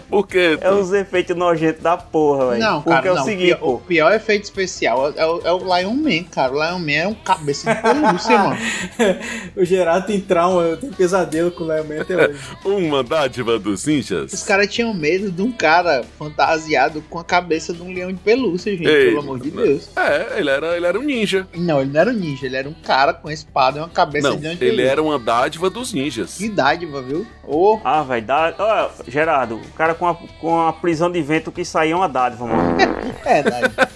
Speaker 1: Por quê?
Speaker 3: É os efeitos nojentos da porra, velho.
Speaker 2: Não,
Speaker 3: Porque
Speaker 2: cara,
Speaker 3: é o
Speaker 2: não.
Speaker 3: seguinte,
Speaker 2: o, pior, o
Speaker 3: pô.
Speaker 2: pior efeito especial é, é o, é o Lion Man, cara. O Lion Man é um cabeça de
Speaker 3: [LAUGHS]
Speaker 2: pelúcia, mano.
Speaker 4: [LAUGHS] o Gerardo tem trauma, eu tenho pesadelo com o Lion Man até hoje.
Speaker 1: Uma dádiva dos
Speaker 2: Os
Speaker 1: ninjas.
Speaker 2: caras tinham medo de um cara fantasiado com a cabeça de um leão de pelúcia, gente.
Speaker 1: Ei,
Speaker 2: pelo amor de Deus.
Speaker 1: É, ele era, ele era um ninja.
Speaker 2: Não, ele não era um ninja, ele era um cara com espada e uma cabeça
Speaker 1: Não,
Speaker 2: de leão de
Speaker 1: ele
Speaker 2: pelúcia.
Speaker 1: era uma dádiva dos ninjas.
Speaker 2: Que dádiva, viu? Ô,
Speaker 3: Ah, velho, dá... Ó, Gerardo, o cara com a, com a prisão de vento que saía é uma dádiva, mano.
Speaker 2: é dádiva.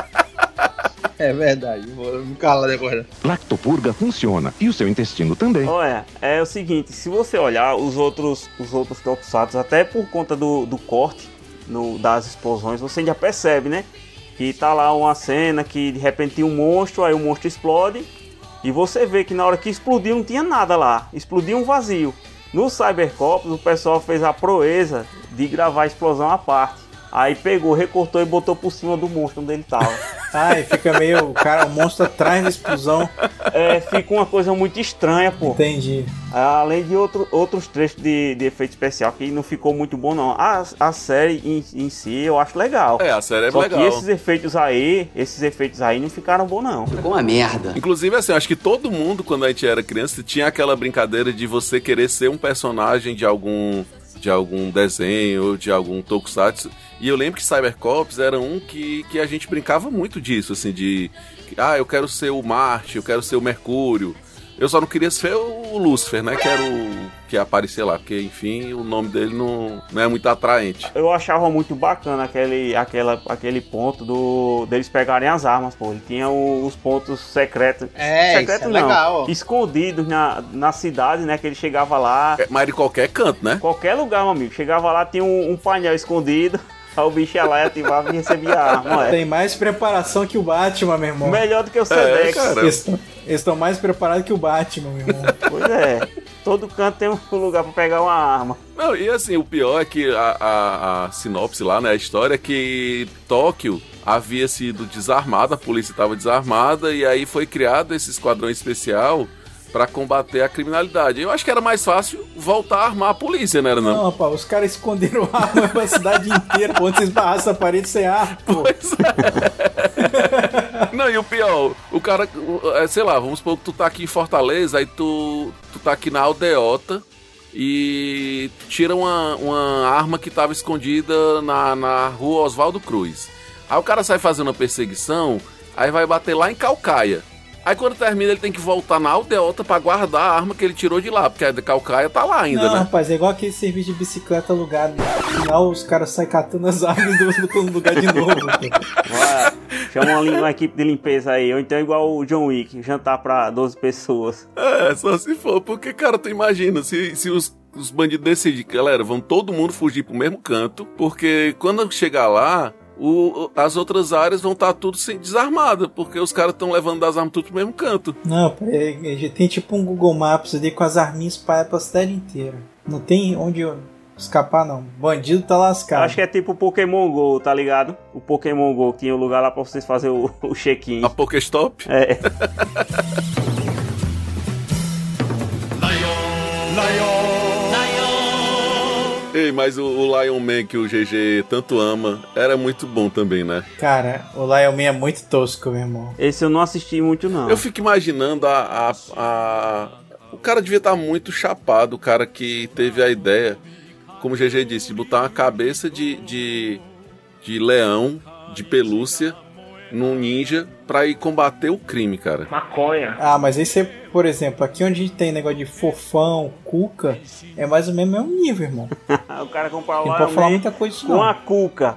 Speaker 1: [LAUGHS]
Speaker 2: é verdade, vou me calar agora.
Speaker 10: Lactopurga funciona e o seu intestino também.
Speaker 3: Olha, é o seguinte, se você olhar os outros, os outros tokusatsu, até por conta do, do corte no- das explosões, você já percebe, né? Que tá lá uma cena que de repente tem um monstro, aí o monstro explode, e você vê que na hora que explodiu não tinha nada lá, explodiu um vazio. No Cybercops o pessoal fez a proeza de gravar a explosão à parte. Aí pegou, recortou e botou por cima do monstro onde ele tava.
Speaker 4: Ai, fica meio. O cara, o monstro atrás da explosão.
Speaker 3: É, fica uma coisa muito estranha, pô.
Speaker 4: Entendi.
Speaker 3: Além de outro- outros trechos de, de efeito especial que não ficou muito bom, não. A, a série em, em si eu acho legal.
Speaker 1: É, a série é
Speaker 3: Só
Speaker 1: legal.
Speaker 3: que esses efeitos aí, esses efeitos aí não ficaram bons, não.
Speaker 7: Ficou uma merda.
Speaker 1: Inclusive, assim, acho que todo mundo, quando a gente era criança, tinha aquela brincadeira de você querer ser um personagem de algum de algum desenho, ou de algum tokusatsu. E eu lembro que Cybercops era um que, que a gente brincava muito disso, assim, de... Ah, eu quero ser o Marte, eu quero ser o Mercúrio. Eu só não queria ser o Lucifer, né? Que era o que aparecia lá, porque, enfim, o nome dele não, não é muito atraente.
Speaker 3: Eu achava muito bacana aquele, aquela, aquele ponto do deles pegarem as armas, pô. Ele tinha o- os pontos secretos.
Speaker 2: É, isso é
Speaker 3: secretos não.
Speaker 2: legal.
Speaker 3: Escondidos na, na cidade, né? Que ele chegava lá.
Speaker 1: É, mas de qualquer canto, né?
Speaker 3: Qualquer lugar, meu amigo. Chegava lá, tinha um, um painel escondido. [LAUGHS] Aí o bicho ia lá e ativava e recebia a arma. é.
Speaker 4: Tem mais preparação que o Batman, meu irmão.
Speaker 3: Melhor do que o
Speaker 1: É,
Speaker 3: Sedex.
Speaker 1: cara.
Speaker 4: Eles tão- eles estão mais preparados que o Batman, meu irmão.
Speaker 3: Pois é. Todo canto tem um lugar pra pegar uma arma.
Speaker 1: Não, e assim, o pior é que a, a- a sinopse lá, né? A história é que Tóquio havia sido desarmada, a polícia estava desarmada, e aí foi criado esse esquadrão especial para combater a criminalidade. Eu acho que era mais fácil voltar a armar a polícia, né? Era não?
Speaker 4: Não, rapaz, os caras esconderam a arma [LAUGHS] pra cidade inteira. Pô, onde vocês barrassem a parede sem ar, pô.
Speaker 1: Pois é. Não, e o pior, o cara, o- é, sei lá, vamos supor que tu tá aqui em Fortaleza, aí tu, tu tá aqui na aldeota e tu tira uma, uma arma que tava escondida na, na rua Oswaldo Cruz. Aí o cara sai fazendo uma perseguição, aí vai bater lá em Calcaia. Aí quando termina ele tem que voltar na aldeota pra guardar a arma que ele tirou de lá, porque a de Calcaia tá lá ainda,
Speaker 4: Não,
Speaker 1: né?
Speaker 4: rapaz, é igual aquele serviço de bicicleta alugado. No final, os caras saem catando as armas e depois botando no lugar de novo. pô.
Speaker 3: Vai, Chama uma, lim- uma equipe de limpeza aí. Ou então é igual o John Wick, jantar pra 12 pessoas.
Speaker 1: É, só se for, porque, cara, tu imagina, se, se os, os bandidos decidirem, galera, vão todo mundo fugir pro mesmo canto, porque quando chegar lá, o- o- as outras áreas vão estar tudo sem, desarmada, porque os caras estão levando as armas tudo pro mesmo canto.
Speaker 4: Não, rapaz, é- é- tem tipo um Google Maps ali com as arminhas espalhadas pra cidade inteira. Não tem onde eu escapar, não. Bandido tá lascado.
Speaker 3: Acho que é tipo o Pokémon GO, tá ligado? O Pokémon GO que tinha o lugar lá pra vocês fazer o, o check-in.
Speaker 1: A Pokéstop?
Speaker 3: É.
Speaker 1: Ei, mas o, o Lion Man que o GG tanto ama, era muito bom também, né?
Speaker 4: Cara, o Lion Man é muito tosco, meu irmão.
Speaker 3: Esse eu não assisti muito, não.
Speaker 1: Eu fico imaginando a. a- a- O cara devia estar muito chapado, o cara que teve a ideia, como o GG disse, de botar uma cabeça de, de, de leão, de pelúcia, num ninja, pra ir combater o crime, cara.
Speaker 3: É.
Speaker 6: Maconha.
Speaker 4: Ah, mas aí você, por exemplo, aqui onde tem negócio de fofão, cuca, é mais ou menos o mesmo nível, irmão.
Speaker 3: o cara comparou
Speaker 4: Não
Speaker 3: lá
Speaker 4: pode falar muita coisa disso,
Speaker 3: com a
Speaker 4: não.
Speaker 3: cuca.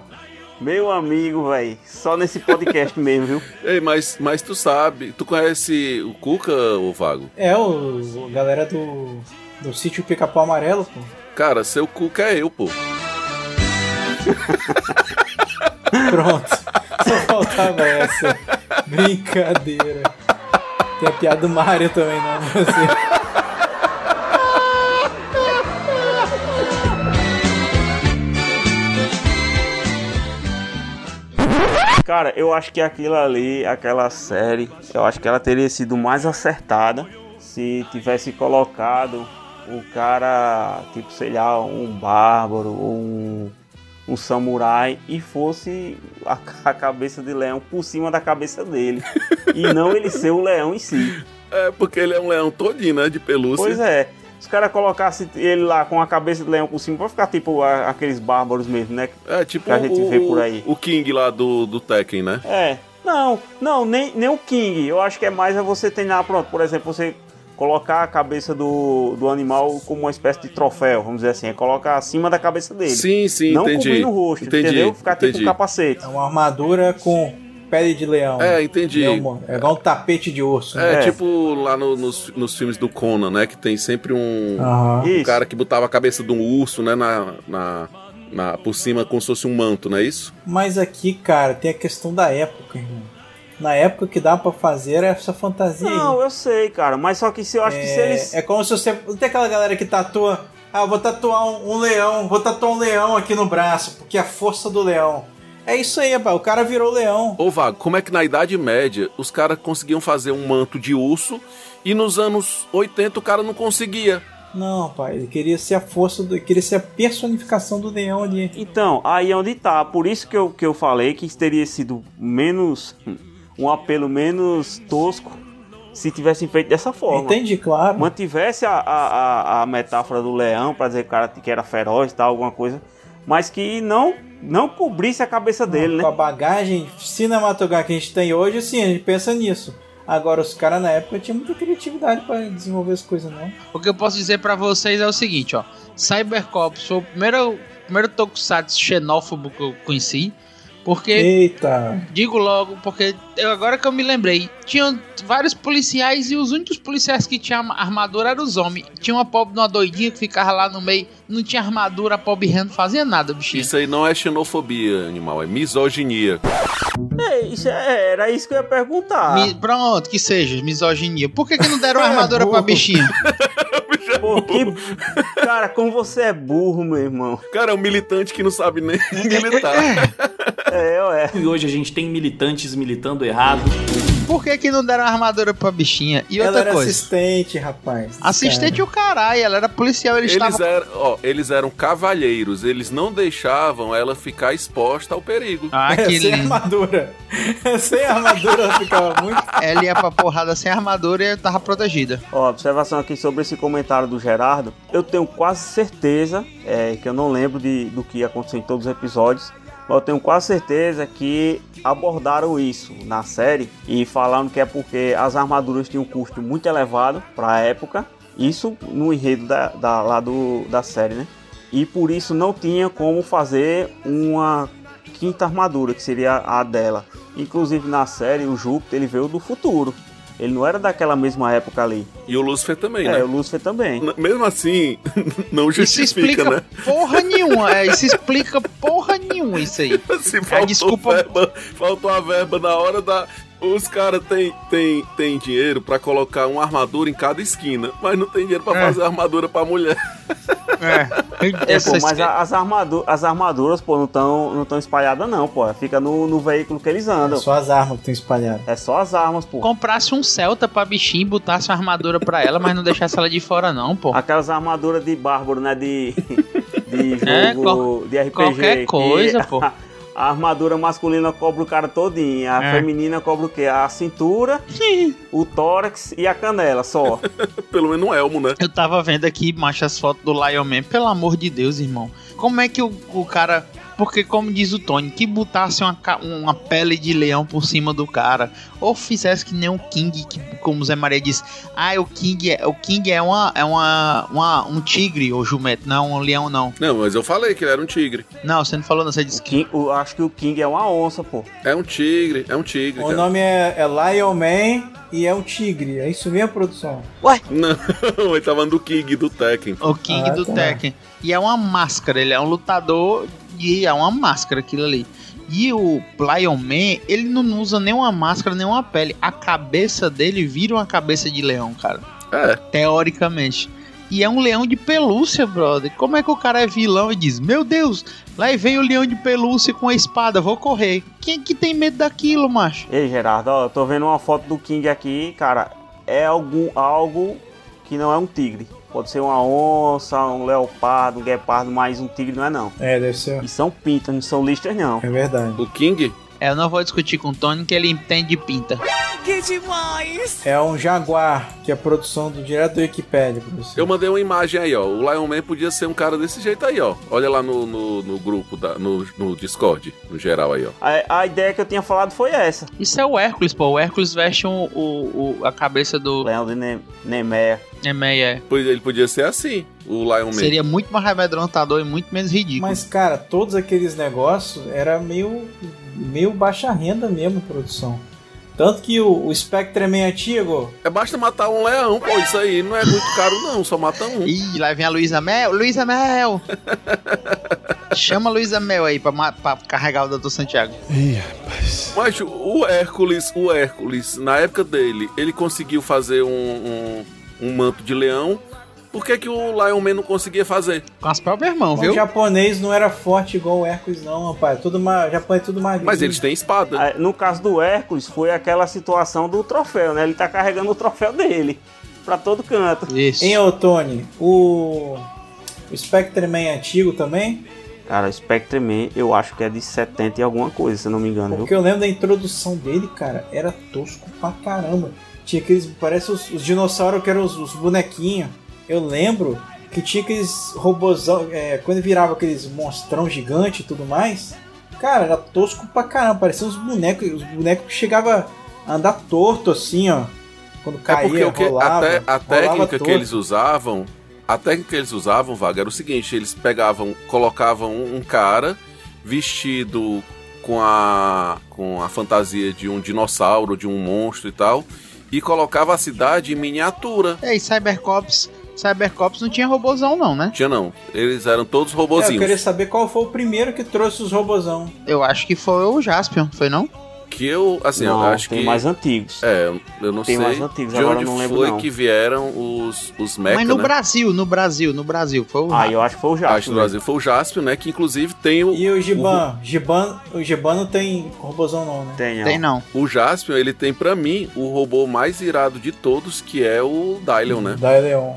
Speaker 3: Meu amigo, velho. Só nesse podcast mesmo, viu?
Speaker 1: Ei, mas, mas tu sabe, tu conhece o Cuca, ô Vago?
Speaker 4: É, o, a galera do, do sítio Pica-Pau Amarelo, pô.
Speaker 1: Cara, seu Cuca é eu, pô.
Speaker 3: [LAUGHS]
Speaker 4: Pronto. Só faltava essa. Brincadeira. Tem a piada do Mario também, não. assim. Você.
Speaker 3: Cara, eu acho que aquilo ali, aquela série, eu acho que ela teria sido mais acertada se tivesse colocado o cara, tipo, sei lá, um bárbaro ou um, um samurai e fosse a, [LAUGHS] ca- a cabeça de leão por cima da cabeça dele. e não ele ser o leão em si.
Speaker 1: É, porque ele é um leão todinho, né? De pelúcia.
Speaker 3: Pois é. Se o cara colocasse ele lá com a cabeça de leão por cima, pra ficar tipo a- aqueles bárbaros mesmo, né?
Speaker 1: É, tipo
Speaker 3: Que a gente
Speaker 1: o,
Speaker 3: vê por aí.
Speaker 1: o King lá do, do Tekken, né?
Speaker 3: É. Não, não, nem, nem o King. Eu acho que é mais é você treinar, pronto, por exemplo, você colocar a cabeça do, do animal como uma espécie de troféu, vamos dizer assim. É colocar acima da cabeça dele.
Speaker 1: Sim, sim,
Speaker 3: não
Speaker 1: entendi.
Speaker 3: cobrir no rosto,
Speaker 1: entendi,
Speaker 3: entendeu? Ficar
Speaker 1: entendi.
Speaker 3: tipo um capacete.
Speaker 4: É uma armadura com pele de leão.
Speaker 1: É, entendi.
Speaker 4: Leão morto. é igual um tapete de né? osso.
Speaker 1: É,
Speaker 3: É.
Speaker 1: tipo lá no- nos, nos filmes do Conan, né? Que tem sempre um,
Speaker 4: Aham.
Speaker 1: um
Speaker 3: Isso.
Speaker 1: cara que botava a cabeça de um urso, né? Na, na, na- por cima, como se fosse um manto, não é isso?
Speaker 4: Mas aqui, cara, tem a questão da época, irmão. Na época o que dá pra fazer era essa fantasia aí.
Speaker 3: Não, eu sei, cara, mas só que se eu acho que se eles.
Speaker 4: É como se você. Não tem aquela galera que tatua. Ah, eu vou tatuar um, um leão, vou tatuar um leão aqui no braço, porque é a força do leão. É isso aí, rapaz. O cara virou leão.
Speaker 1: Ô, Vago, como é que na Idade Média os caras conseguiam fazer um manto de urso e nos anos 80 o cara não conseguia?
Speaker 4: Não, pai, ele queria ser a força do. Ele queria ser a personificação do leão ali.
Speaker 3: Então, aí é onde tá. Por isso que eu, que eu falei que teria sido menos. um apelo menos tosco se tivessem feito dessa forma.
Speaker 4: Entendi, claro.
Speaker 3: mantivesse a, a, a, a metáfora do leão para dizer que o cara que era feroz e tal, alguma coisa, mas que não não cobrisse a cabeça dele,
Speaker 4: Ah, Com a
Speaker 3: né?
Speaker 4: bagagem cinematográfica que a gente tem hoje, assim, a gente pensa nisso. Agora, os caras na época tinham muita criatividade pra desenvolver as coisas, não.
Speaker 2: O que eu posso dizer pra vocês é o seguinte, ó. Cybercops foi o primeiro, primeiro tokusatsu xenófobo que eu conheci. Porque,
Speaker 4: Eita!
Speaker 2: digo logo, porque eu- agora que eu me lembrei, tinham vários policiais e os únicos policiais que tinham armadura eram os homens. Tinha uma pobre de uma doidinha que ficava lá no meio, não tinha armadura, a pobre rã não fazia nada, bichinho.
Speaker 1: Isso aí não é xenofobia, animal, é misoginia.
Speaker 3: É, isso é- era isso que eu ia perguntar.
Speaker 2: Mi- pronto, que seja, misoginia. Por que, que não deram
Speaker 4: Ah,
Speaker 2: armadura pra
Speaker 4: burro.
Speaker 2: bichinha?
Speaker 3: Pô, que... Cara, como você é burro, meu irmão.
Speaker 1: Cara, é um militante que não sabe nem [LAUGHS] militar.
Speaker 3: É, ué.
Speaker 11: E hoje a gente tem militantes militando errado.
Speaker 2: Por que, que não deram armadura pra bichinha? E
Speaker 4: Ela
Speaker 2: outra
Speaker 4: era
Speaker 2: coisa.
Speaker 4: assistente, rapaz.
Speaker 2: Assistente o caralho, ela era policial, eles
Speaker 1: Eles,
Speaker 2: estavam.
Speaker 1: eram, ó, eles eram cavalheiros, eles não deixavam ela ficar exposta ao perigo.
Speaker 2: Ah,
Speaker 4: É,
Speaker 2: que
Speaker 4: Sem
Speaker 2: lindo.
Speaker 4: armadura. [LAUGHS] sem armadura ela ficava muito.
Speaker 2: Ela ia pra porrada sem armadura e tava protegida.
Speaker 3: Ó, observação aqui sobre esse comentário do Gerardo. Eu tenho quase certeza, é, que eu não lembro de, do que aconteceu em todos os episódios, mas eu tenho quase certeza que abordaram isso na série e falaram que é porque as armaduras tinham um custo muito elevado para a época. Isso no enredo da, da- lá do, da série, né? E por isso não tinha como fazer uma quinta armadura, que seria a dela. Inclusive na série, o Júpiter ele veio do futuro. Ele não era daquela mesma época ali.
Speaker 1: E o Lúcifer também,
Speaker 3: É,
Speaker 1: né?
Speaker 3: o Lúcifer também.
Speaker 1: N- Mesmo assim, [LAUGHS] não
Speaker 2: Isso
Speaker 1: justifica,
Speaker 2: explica
Speaker 1: né? [LAUGHS]
Speaker 2: porra nenhuma. É, isso explica porra nenhuma isso aí.
Speaker 3: É,
Speaker 1: Se Assim, faltou,
Speaker 2: desculpa-
Speaker 1: verba, faltou a verba na hora da. Os caras têm tem, tem dinheiro pra colocar uma armadura em cada esquina, mas não tem dinheiro pra fazer armadura pra mulher. [LAUGHS]
Speaker 2: É.
Speaker 3: É, pô,
Speaker 2: Essa
Speaker 3: mas
Speaker 2: esqui-
Speaker 3: a- as, armadu as armaduras, pô, não estão não tão espalhadas não, pô. Fica no, no veículo que eles
Speaker 4: É
Speaker 3: andam.
Speaker 4: só as armas que tem espalhado.
Speaker 3: É só as armas, pô.
Speaker 2: Comprasse um Celta pra bichinho e botasse uma armadura pra ela, mas não deixasse ela de fora, não, pô.
Speaker 3: Aquelas armaduras de bárbaro, né?
Speaker 2: [LAUGHS]
Speaker 3: De, de jogo,
Speaker 2: É,
Speaker 3: de RPG.
Speaker 2: qualquer
Speaker 3: que
Speaker 2: coisa, pô.
Speaker 3: A, a armadura masculina cobre o cara todinho. A
Speaker 2: É.
Speaker 3: feminina cobre o quê? A cintura, o tórax e a canela
Speaker 2: [LAUGHS]
Speaker 3: só.
Speaker 1: Pelo menos um elmo, né?
Speaker 2: Eu tava vendo aqui, macho, as fotos do Lion Man. Pelo amor de Deus, irmão. Como é que o, o cara. Porque, como diz o Tony, que botasse uma, ca- uma pele de leão por cima do cara. Ou fizesse que nem o King, que, como o Zé Maria disse. Ah, o King é, o King é, uma, é uma, uma- um tigre ou jumento. Não, um leão não.
Speaker 1: Não, mas eu falei que ele era um tigre.
Speaker 2: Não, você não falou, não. Você
Speaker 3: O
Speaker 2: disse que.
Speaker 3: King, o- acho que o King é uma onça, pô.
Speaker 1: É um tigre, é um tigre.
Speaker 4: O
Speaker 1: cara.
Speaker 4: nome é, é Lion Man e é um tigre. É isso mesmo, produção?
Speaker 1: [LAUGHS] Não, ele tava no King do Tekken.
Speaker 2: O King
Speaker 4: Ah,
Speaker 2: do
Speaker 4: tá.
Speaker 2: Tekken. E é uma máscara, ele é um lutador e é uma máscara aquilo ali. E o Lion Man, ele não usa nenhuma máscara, nenhuma pele. A cabeça dele vira uma cabeça de leão, cara.
Speaker 1: É,
Speaker 2: Teoricamente. E é um leão de pelúcia, brother. Como é que o cara é vilão e diz: Meu Deus, lá vem o leão de pelúcia com a espada, vou correr. Quem que tem medo daquilo, macho?
Speaker 3: Ei, Gerardo, ó, eu tô vendo uma foto do King aqui, cara. É algum, algo que não é um tigre. Pode ser uma onça, um leopardo, um guepardo, mas um tigre não é não.
Speaker 4: É, deve ser.
Speaker 3: E são pintas, não são listras não.
Speaker 4: É verdade.
Speaker 1: O King?
Speaker 2: É, eu não vou discutir com o Tony que ele entende de pinta.
Speaker 12: Que demais!
Speaker 4: É um jaguar, que é a produção do direto do Wikipedia, professor.
Speaker 1: Eu mandei uma imagem aí, ó. O Lion Man podia ser um cara desse jeito aí, ó. Olha lá no, no, no grupo, da, no, no Discord, no geral aí, ó.
Speaker 3: A, a ideia que eu tinha falado foi essa.
Speaker 2: Isso é o Hércules, pô. O Hércules veste um, o, o- a cabeça do é.
Speaker 3: Leão de Ne- Nemeia.
Speaker 2: Nemeia.
Speaker 1: Pois Ele podia ser assim, o Lion Man.
Speaker 2: Seria muito mais amedrontador e muito menos ridículo.
Speaker 4: Mas, cara, todos aqueles negócios era meio, meio baixa renda mesmo, produção. Tanto que o, o Spectre é meio antigo.
Speaker 1: É basta matar um leão, pô. Isso aí não é muito caro, não. Só mata um.
Speaker 2: Ih, lá vem a Luísa Mel.
Speaker 1: [LAUGHS]
Speaker 2: Luísa Mel! Chama a Luísa Mel aí pra, ma- pra carregar o Dr. Santiago.
Speaker 1: Mas o Hércules, o Hércules, na época dele, ele conseguiu fazer um, um, um manto de leão. Por que, que o Lion Man não conseguia fazer?
Speaker 2: Com as próprias mãos,
Speaker 4: O
Speaker 2: viu?
Speaker 4: japonês não era forte igual o Hércules, não, rapaz. Tudo ma... O japonês é tudo magrinho.
Speaker 1: Mas eles têm espada. né?
Speaker 3: Ah, No caso do Hércules, foi aquela situação do troféu, né? Ele tá carregando o troféu dele pra todo canto.
Speaker 2: Isso.
Speaker 4: Em Otone, o. O Spectre Man é antigo também.
Speaker 3: Cara, o Spectre Man, eu acho que é de 70 e alguma coisa, se eu não me engano, viu?
Speaker 4: Porque eu lembro da introdução dele, cara, era tosco pra caramba. Tinha aqueles. Parece os, os dinossauros que eram os, os bonequinhos. Eu lembro que tinha aqueles robôzão. é, quando virava aqueles monstrão gigante e tudo mais. Cara, era tosco pra caramba. Parecia uns bonecos. Os bonecos que chegava a andar torto assim, ó. Quando
Speaker 1: É
Speaker 4: caía,
Speaker 1: porque o que,
Speaker 4: rolava,
Speaker 1: até, a
Speaker 4: rolava
Speaker 1: técnica que
Speaker 4: torto.
Speaker 1: eles usavam, a técnica que eles usavam, Vaga, era o seguinte: eles pegavam, colocavam um, um cara vestido com a com a fantasia de um dinossauro, de um monstro e tal, e colocava a cidade em miniatura.
Speaker 2: É, e Cybercops. Cybercops não tinha robôzão, não, né?
Speaker 1: Tinha não, eles eram todos
Speaker 4: É, eu
Speaker 1: robozinhos.
Speaker 4: queria saber qual foi o primeiro que trouxe os robôzão.
Speaker 2: Eu acho que foi o Jaspion, foi não?
Speaker 1: Que eu, assim,
Speaker 3: não,
Speaker 1: eu acho
Speaker 3: tem
Speaker 1: que
Speaker 3: mais antigos.
Speaker 1: é, eu não
Speaker 3: Tem
Speaker 1: sei
Speaker 3: mais antigos,
Speaker 1: de
Speaker 3: agora
Speaker 1: onde
Speaker 3: eu não lembro,
Speaker 1: foi
Speaker 3: não.
Speaker 1: que vieram os os mecha,
Speaker 2: Mas no
Speaker 1: né?
Speaker 2: Brasil, no Brasil, no Brasil, foi o
Speaker 3: Ah, eu acho que foi o
Speaker 1: Acho que
Speaker 3: Jasper.
Speaker 1: no Brasil foi o Jaspion, né? Que inclusive tem o,
Speaker 4: E o Giban? Giban, o Giban não tem robôzão não, né?
Speaker 3: Tem, ó.
Speaker 2: Tem não.
Speaker 1: O Jaspion, ele tem pra mim o robô mais irado de todos, que é o Dylion, né?
Speaker 4: Daí Leon.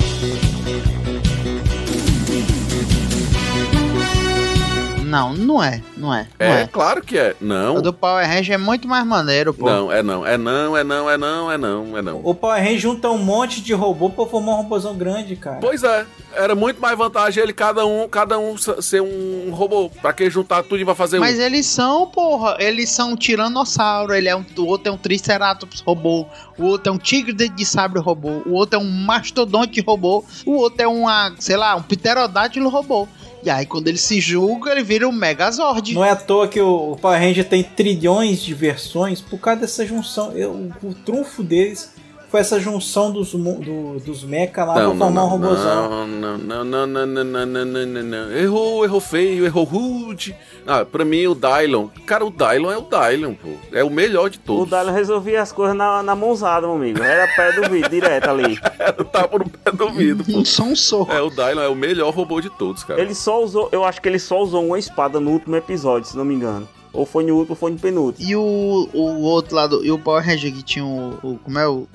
Speaker 2: Não, não é, não é, não
Speaker 1: É,
Speaker 2: é.
Speaker 1: claro que é.
Speaker 2: O
Speaker 1: Não.
Speaker 2: do Power Ranger é muito mais maneiro, pô.
Speaker 1: Não, é não, é não, é não, é não, é não, é não.
Speaker 4: O Power Ranger junta um monte de robô pra formar um robôzão grande, cara.
Speaker 1: Pois é, era muito mais vantagem ele cada um, cada um s- ser um robô. Pra que juntar tudo e vai fazer
Speaker 2: Mas
Speaker 1: um.
Speaker 2: eles são, porra, eles são um tiranossauro, ele é um, o outro é um triceratops robô, o outro é um tigre de, de sabre robô, o outro é um mastodonte robô, o outro é uma, sei lá, um pterodátilo robô. E aí quando ele se julga, ele vira um megazord.
Speaker 4: Não é à toa que o o Power Ranger tem trilhões de versões por causa dessa junção. Eu- o, o trunfo deles foi essa junção dos, mo- do- dos mecha
Speaker 1: Não,
Speaker 4: lá pra
Speaker 1: não,
Speaker 4: formar um
Speaker 1: não,
Speaker 4: robôzão.
Speaker 1: não, não, não, não, não, não, não, não, não, não, não. Errou, errou feio, errou rude. Ah, pra mim o Dylon. Cara, o Dylon é o Dylon, pô. É o melhor de
Speaker 3: O
Speaker 1: todos.
Speaker 3: Dalion resolvia as coisas na, na mãozada, meu amigo. Era pé do vidro, direto ali.
Speaker 1: [LAUGHS] tá por um pé do vidro, pô.
Speaker 2: Só um soco.
Speaker 1: É, o Dylon é o melhor robô de todos, cara.
Speaker 3: Ele só usou, eu acho que ele só usou uma espada no último episódio, se não me engano. Ou foi no último, ou foi no penúltimo.
Speaker 2: E o, o outro lado, e o Power Ranger que tinha o, o- como é o,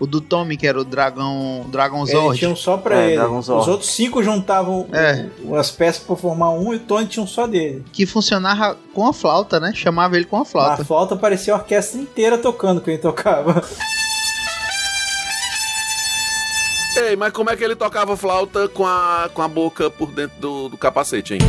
Speaker 2: o do Tommy, que era o dragão, Dragon
Speaker 4: Eles
Speaker 2: Zord. um
Speaker 4: tinham só pra
Speaker 3: É,
Speaker 4: ele.
Speaker 3: Dragon Zord.
Speaker 4: Os outros cinco juntavam
Speaker 2: É.
Speaker 4: o- as peças pra formar um e o Tony tinha um só dele.
Speaker 2: Que funcionava com a flauta, né? Chamava ele com a flauta.
Speaker 4: Na falta parecia a orquestra inteira tocando quem tocava.
Speaker 1: Ei, mas como é que ele tocava flauta com a, com a boca por dentro do, do capacete, hein?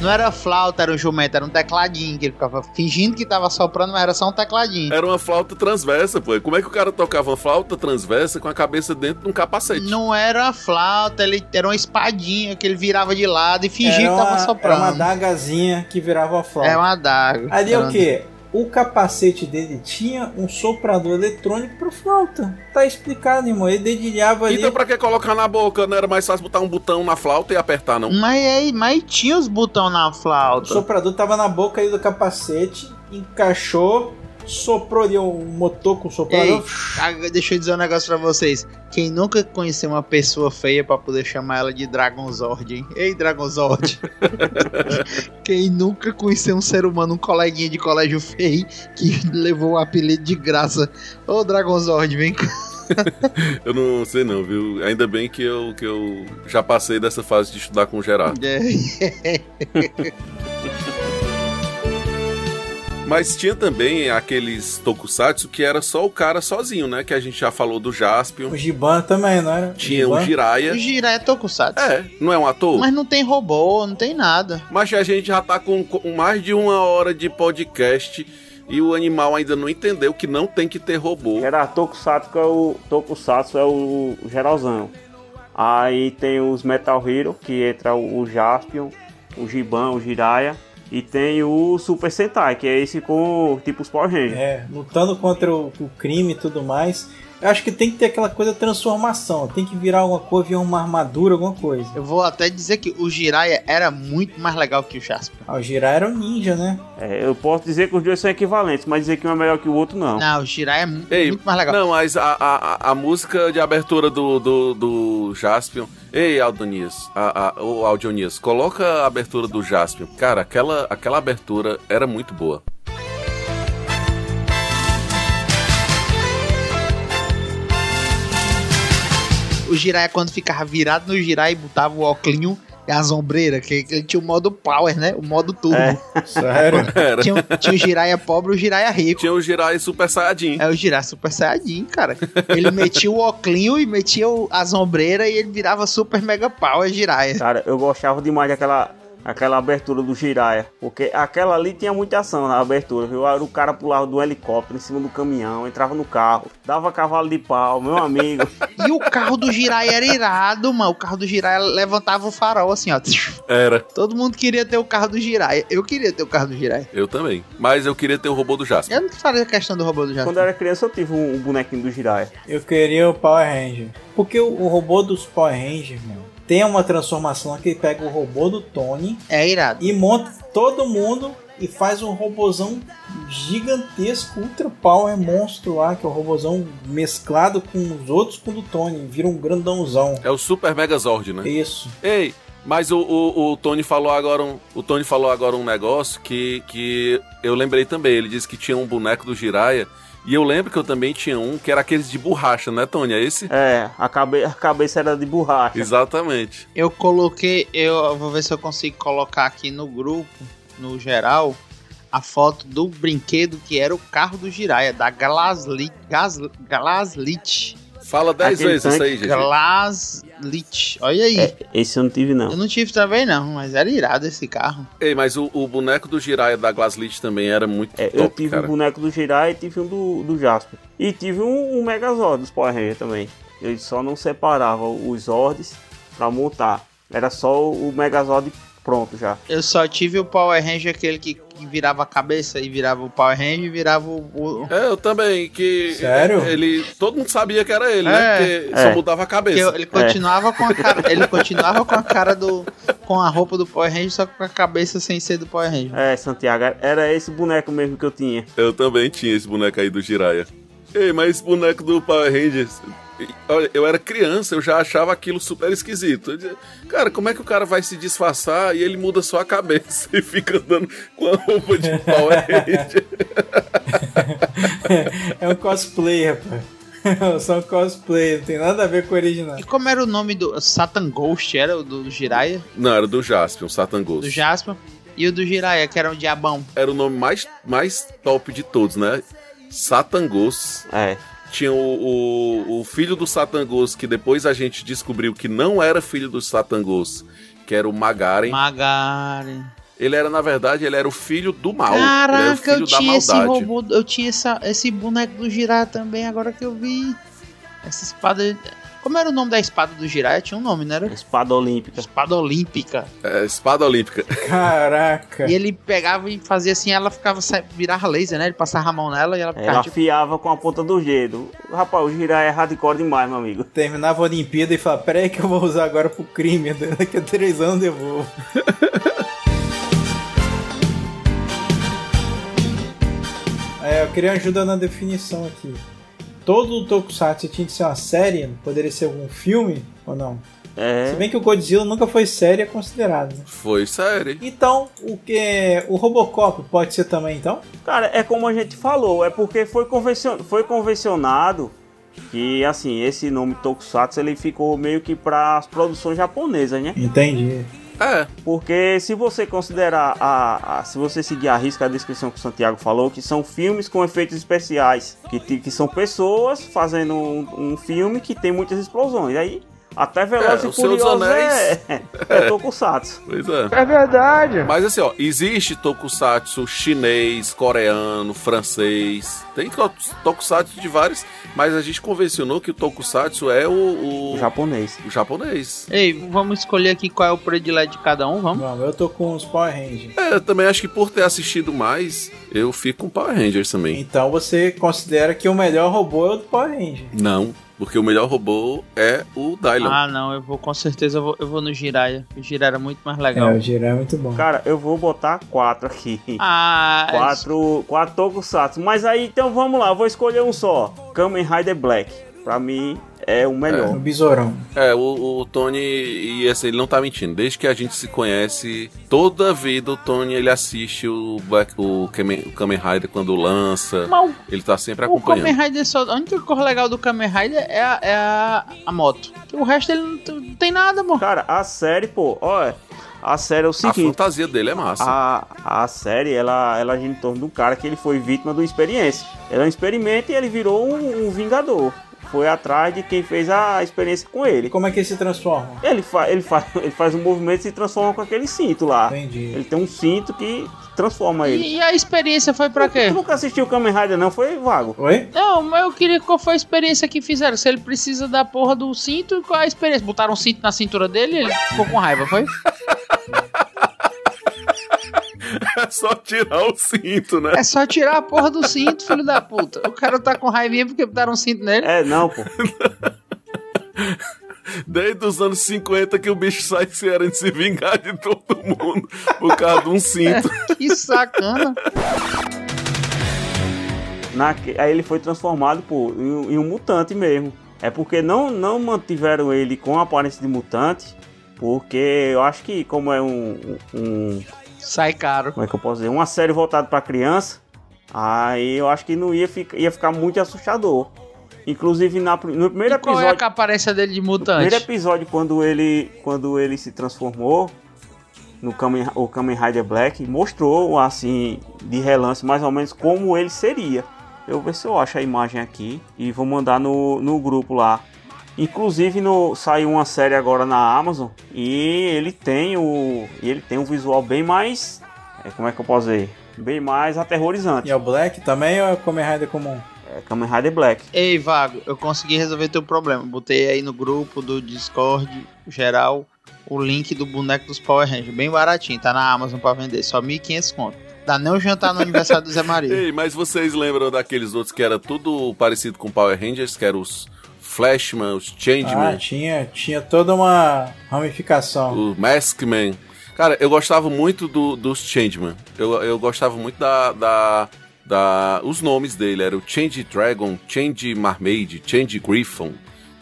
Speaker 2: Não era flauta, era um jumento, era um tecladinho que ele ficava fingindo que tava soprando, mas era só um tecladinho.
Speaker 1: Era uma flauta transversa, pô. Como é que o cara tocava uma flauta transversa com a cabeça dentro de um capacete?
Speaker 2: Não era flauta, ele era uma espadinha que ele virava de lado e fingia
Speaker 4: Era
Speaker 2: que tava
Speaker 4: uma- Era uma
Speaker 2: soprando.
Speaker 4: dagazinha que virava a flauta.
Speaker 2: É uma adaga.
Speaker 4: Ali é
Speaker 2: Era
Speaker 4: o
Speaker 2: uma-
Speaker 4: que? O capacete dele tinha um soprador eletrônico pro flauta. Tá explicado, irmão. Ele dedilhava ali.
Speaker 1: Então pra que colocar na boca? Não era mais fácil botar um botão na flauta e apertar, não?
Speaker 2: Mas, aí- mas tinha os botões na
Speaker 4: O
Speaker 2: flauta.
Speaker 4: soprador tava na boca ali do capacete, encaixou, soprou ali um motor com o
Speaker 2: Ei,
Speaker 4: soprador.
Speaker 2: ah, deixa eu dizer um negócio pra vocês. Quem nunca conheceu uma pessoa feia pra poder chamar ela de Dragonzord, hein? Ei,
Speaker 1: [LAUGHS]
Speaker 2: Dragonzord. Quem nunca conheceu um ser humano, um coleguinha de colégio feio, que levou o apelido de graça. Ô, Dragonzord, vem cá.
Speaker 1: eu não sei não, viu? Ainda bem que eu, que eu já passei dessa fase de estudar com o Gerardo. Mas tinha também aqueles tokusatsu que era só o cara sozinho, né? Que a gente já falou do Jaspion.
Speaker 4: O Giban também, não era?
Speaker 1: Tinha o Jiraiya.
Speaker 2: O Jiraiya é Tokusatsu.
Speaker 1: É, não é um ator?
Speaker 2: Mas não tem robô, não tem nada.
Speaker 1: Mas a gente já tá com, com mais de uma hora de podcast e o animal ainda não entendeu que não tem que ter robô.
Speaker 3: Era Tokusatsu que é o Tokusatsu é o geralzão. Aí tem os Metal Hero que entra o o Jaspion, o Giban, o Jiraiya e tem o Super Sentai, que é esse com tipo os Power Rangers.
Speaker 4: É, lutando contra o, o crime e tudo mais. Eu acho que tem que ter aquela coisa de transformação. Tem que virar alguma coisa, virar uma armadura, alguma coisa.
Speaker 2: Eu vou até dizer que o Jiraiya era muito mais legal que o Jasper.
Speaker 4: Ah, o Jiraiya era um ninja, né?
Speaker 3: É, eu posso dizer que os dois são equivalentes, mas dizer que um é melhor que o outro não.
Speaker 2: Não, o Jiraiya é mu-
Speaker 1: Ei,
Speaker 2: muito mais legal.
Speaker 1: Não, mas a, a, a- a música de abertura do, do, do Jaspion. Ei, Aldonias, a, a, ô, Aldionias, coloca a abertura do Jaspion. Cara, aquela, aquela abertura era muito boa.
Speaker 2: O Jiraiya quando ficava virado no Jiraiya e botava o óculinho e as ombreiras, que que ele tinha o modo power, né? O modo turbo.
Speaker 9: [LAUGHS]
Speaker 4: Sério?
Speaker 1: Era.
Speaker 2: Tinha, tinha o Jiraiya pobre e o Jiraiya rico.
Speaker 1: Tinha o Jiraiya Super Saiyajin.
Speaker 2: É o Jiraiya Super Saiyajin, cara. Ele metia o óculinho e metia o- as ombreiras e ele virava super mega power Jiraiya.
Speaker 3: Cara, eu gostava demais daquela aquela abertura do Jiraiya, porque aquela ali tinha muita ação na abertura, viu? Era O cara pulava do helicóptero em cima do caminhão, entrava no carro, dava cavalo de pau,
Speaker 1: [LAUGHS]
Speaker 3: meu amigo.
Speaker 2: E o carro do Jiraiya era irado, mano. O carro do Jiraiya levantava o farol assim, ó.
Speaker 1: Era.
Speaker 2: Todo mundo queria ter o carro do Jiraiya. Eu queria ter o carro do Jiraiya.
Speaker 1: Eu também. Mas eu queria ter o robô do Jaspion.
Speaker 2: Eu não faria questão do robô do Jasper.
Speaker 3: Quando eu era criança eu tive um, um bonequinho do Jiraiya.
Speaker 4: Eu queria o Power Ranger. Porque o, o robô dos Power Rangers, meu, tem uma transformação lá que ele pega o robô do Tony
Speaker 2: É irado.
Speaker 4: e monta todo mundo e faz um robozão gigantesco, ultra power monstro lá, que é o robozão mesclado com os outros com o do Tony, vira um grandãozão.
Speaker 1: É o Super Megazord, né?
Speaker 4: Isso. [LAUGHS]
Speaker 1: Ei, mas o, o, o Tony falou agora um, o Tony falou agora um negócio que, que eu lembrei também. Ele disse que tinha um boneco do Jiraiya. E eu lembro que eu também tinha um que era aqueles de borracha, né, Tony? É
Speaker 3: [LAUGHS]
Speaker 1: esse?
Speaker 3: É, a, cabe- a cabeça era de borracha.
Speaker 1: Exatamente.
Speaker 2: Eu coloquei, eu vou ver se eu consigo colocar aqui no grupo, no geral, a foto do brinquedo que era o carro do Jiraiya, da Glaslit. Gas, Glaslit.
Speaker 1: Fala dez
Speaker 3: Aquele
Speaker 1: vezes isso aí, gente.
Speaker 2: Glaslit. Olha aí.
Speaker 3: É. Esse eu não tive não.
Speaker 2: Eu não tive também, não, mas era irado esse carro.
Speaker 1: Ei, mas o, o boneco do Jiraiya da Glaslit também era muito
Speaker 3: É, eu
Speaker 1: top,
Speaker 3: tive um
Speaker 1: cara.
Speaker 3: boneco do Jiraiya e tive um do, do Jasper. E tive um, um Megazord dos Power Rangers também. Eu só não separava os Zords pra montar. Era só o o Megazord pronto já.
Speaker 2: Eu só tive o Power Ranger, aquele que, que virava a cabeça e virava o Power Ranger e virava o. o-
Speaker 1: É, eu também, que...
Speaker 4: Sério?
Speaker 1: Ele... Todo mundo sabia que era ele,
Speaker 2: É.
Speaker 1: né? Porque só
Speaker 3: É.
Speaker 1: mudava a
Speaker 2: que
Speaker 1: cabeça.
Speaker 2: ele continuava com a cara. Ele continuava com a cara do. com a roupa do Power Ranger, só que com a cabeça sem ser do Power Ranger.
Speaker 3: É, Santiago, era esse boneco mesmo que eu tinha.
Speaker 1: Eu também tinha esse boneco aí do Jiraiya. Ei, mas esse boneco do Power Rangers. e- Olha, eu era criança, eu já achava aquilo super esquisito. Eu dizia, cara, como é que o cara vai se disfarçar e ele muda só a cabeça e fica andando com a roupa de Power Ranger?
Speaker 4: é um cosplay, rapaz. [LAUGHS] É Só um cosplay, não tem nada a ver com o original.
Speaker 2: E como era o nome do Satan Ghost? Era o do Jiraiya,
Speaker 1: [LAUGHS] Não, era do Jaspion, Satan
Speaker 2: do
Speaker 1: Ghost.
Speaker 2: Jasper, e o do Jiraiya, que era um diabão.
Speaker 1: Era o nome mais, mais top de todos, né? Satan Ghost.
Speaker 3: É.
Speaker 1: Tinha o, o, o filho do Satan Ghost, que depois a gente descobriu que não era filho do Satan Ghost, que era o Magaren.
Speaker 2: Magaren.
Speaker 1: Ele era, na verdade, ele era Ah, o filho do mal. ele era o
Speaker 2: Caraca,
Speaker 1: filho
Speaker 2: eu
Speaker 1: da
Speaker 2: tinha esse
Speaker 1: maldade.
Speaker 2: robô, eu tinha essa, esse boneco do Jiraiya também, agora que eu vi. Essa espada. Como era o nome da espada do Jiraiya? Tinha um nome, não era?
Speaker 3: Espada Olímpica.
Speaker 2: Espada Olímpica.
Speaker 1: É, espada olímpica. [LAUGHS]
Speaker 4: Caraca.
Speaker 2: E ele pegava e fazia assim, ela ficava sa- virava laser, né? Ele passava a mão nela e ela ficava
Speaker 3: Ela
Speaker 2: tipo.
Speaker 3: afiava com a ponta do dedo. Rapaz, o Jiraiya é hardcore demais, meu amigo.
Speaker 4: Terminava a Olimpíada e falava, peraí que eu vou usar agora pro crime, [LAUGHS] daqui a três anos eu devolvo. É, eu queria ajuda na definição aqui. Todo o Tokusatsu tinha que ser uma série? Poderia ser algum filme ou não? Se
Speaker 3: É.
Speaker 4: bem que o Godzilla nunca foi série é considerado. né?
Speaker 1: Foi sério.
Speaker 4: Então, o que o Robocop pode ser também então?
Speaker 3: Cara, é como a gente falou, é porque foi, convencio- foi convencionado Que assim, esse nome Tokusatsu ele ficou meio que para as produções japonesas, né?
Speaker 4: Entendi.
Speaker 1: É.
Speaker 3: Porque se você considerar a, a- se você seguir a risca a descrição que o Santiago falou, que são filmes com efeitos especiais, que, ti- que são pessoas fazendo um, um filme que tem muitas explosões. Aí até Velozes
Speaker 1: É,
Speaker 3: e
Speaker 1: os Seus
Speaker 3: Furiosos
Speaker 1: Anéis.
Speaker 3: é, [LAUGHS] é Tokusatsu.
Speaker 1: Pois é.
Speaker 3: verdade.
Speaker 1: Mas assim, ó, existe tokusatsu chinês, coreano, francês. Tem to- tokusatsu de vários, mas a gente convencionou que o tokusatsu é o, o-
Speaker 3: japonês.
Speaker 1: O japonês.
Speaker 2: Ei, vamos escolher aqui qual é o predileto de cada um, vamos?
Speaker 4: Vamos, eu tô com os Power Rangers.
Speaker 1: É, eu também acho que por ter assistido mais, eu fico com Power Rangers também.
Speaker 4: Então você considera que o melhor robô é o do Power Ranger.
Speaker 1: Não, porque o melhor robô é o Dylon.
Speaker 2: Ah, não, eu vou com certeza, eu vou, eu vou no Jiraiya. O Jiraiya era muito mais legal.
Speaker 4: É, o Jiraiya é muito bom.
Speaker 3: Cara, eu vou botar quatro aqui.
Speaker 2: Ah,
Speaker 3: Quatro, quatro Tokusatsu. Mas aí, então vamos lá, eu vou escolher um só. Kamen Rider Black. Pra mim é o melhor.
Speaker 4: O Besourão.
Speaker 1: É, o, o Tony, e assim, ele não tá mentindo. Desde que a gente se conhece, toda vida o Tony ele assiste o, Black, o, Kamen, o Kamen Rider quando lança.
Speaker 2: Mas
Speaker 1: Ele tá sempre
Speaker 2: o Kamen
Speaker 1: acompanhando.
Speaker 2: Rider só. A única coisa legal do Kamen Rider é a, é a, a moto. O resto ele não, t- não tem nada, amor.
Speaker 3: Cara, a série, pô, olha. A série é o
Speaker 1: A
Speaker 3: seguinte.
Speaker 1: fantasia dele é massa.
Speaker 3: A, a série, ela, ela gira em torno de um cara que ele foi vítima de uma experiência. Era um experimento e ele virou um, um vingador. Foi atrás de quem fez a experiência com ele.
Speaker 4: Como é que ele se transforma?
Speaker 3: Ele, fa ele, fa [LAUGHS] ele faz um movimento e se transforma com aquele cinto lá.
Speaker 4: Entendi.
Speaker 3: Ele tem um cinto que transforma ele.
Speaker 2: E, e a experiência foi pra quê?
Speaker 3: Tu nunca assistiu o Kamen Rider, não? Foi vago.
Speaker 4: Oi?
Speaker 2: Não, mas eu queria qual foi a experiência que fizeram. Se ele precisa da porra do cinto, qual a experiência? Botaram um cinto na cintura dele e ele ficou com raiva, foi?
Speaker 1: É só tirar o cinto, né?
Speaker 2: É só tirar a porra do cinto, filho da puta. O cara tá com raivinha porque botaram um cinto nele.
Speaker 3: É, não, pô.
Speaker 1: Desde os anos 50 que o bicho sai querendo se vingar de todo mundo por causa de um cinto.
Speaker 3: É,
Speaker 2: Que né? sacana.
Speaker 3: Naque- Aí ele foi transformado pô, em, um- em um mutante mesmo. É porque não, não mantiveram ele com a aparência de mutante, porque eu acho que como é um, um-
Speaker 2: Sai caro.
Speaker 3: como é que eu posso dizer, uma série voltada pra criança, aí eu acho que não ia ficar, ia ficar muito assustador. Inclusive na pri- no primeiro
Speaker 2: E qual é
Speaker 3: episódio,
Speaker 2: a aparência dele de
Speaker 3: no primeiro
Speaker 2: mutante?
Speaker 3: episódio quando ele quando ele se transformou no Kamen, o Kamen Rider Black mostrou assim de relance mais ou menos como ele seria. Eu vou ver se eu acho a imagem aqui e vou mandar no, no grupo lá. Inclusive no saiu uma série agora na Amazon e ele tem o e ele tem um visual bem mais é, como é que eu posso dizer? Bem mais aterrorizante.
Speaker 4: E é o Black também ou é o Kamen Rider comum?
Speaker 3: É Kamen Rider Black.
Speaker 2: Ei, Vago, eu consegui resolver teu problema. Botei aí no grupo do Discord geral o link do boneco dos Power Rangers. Bem baratinho, tá na Amazon pra vender. Só 1.500 conto. Dá nem um jantar no aniversário do Zé
Speaker 1: [LAUGHS]
Speaker 2: Maria.
Speaker 1: Ei, mas vocês lembram daqueles outros que era tudo parecido com Power Rangers, que eram os Flashman, os
Speaker 4: Ah,
Speaker 2: É
Speaker 1: Changeman,
Speaker 4: tinha, tinha toda uma ramificação.
Speaker 1: o Maskman. Cara, eu gostava muito do- dos Changeman. Eu, eu gostava muito da, da, da- Os nomes dele eram Change Dragon, Change Marmaid, Change Griffon,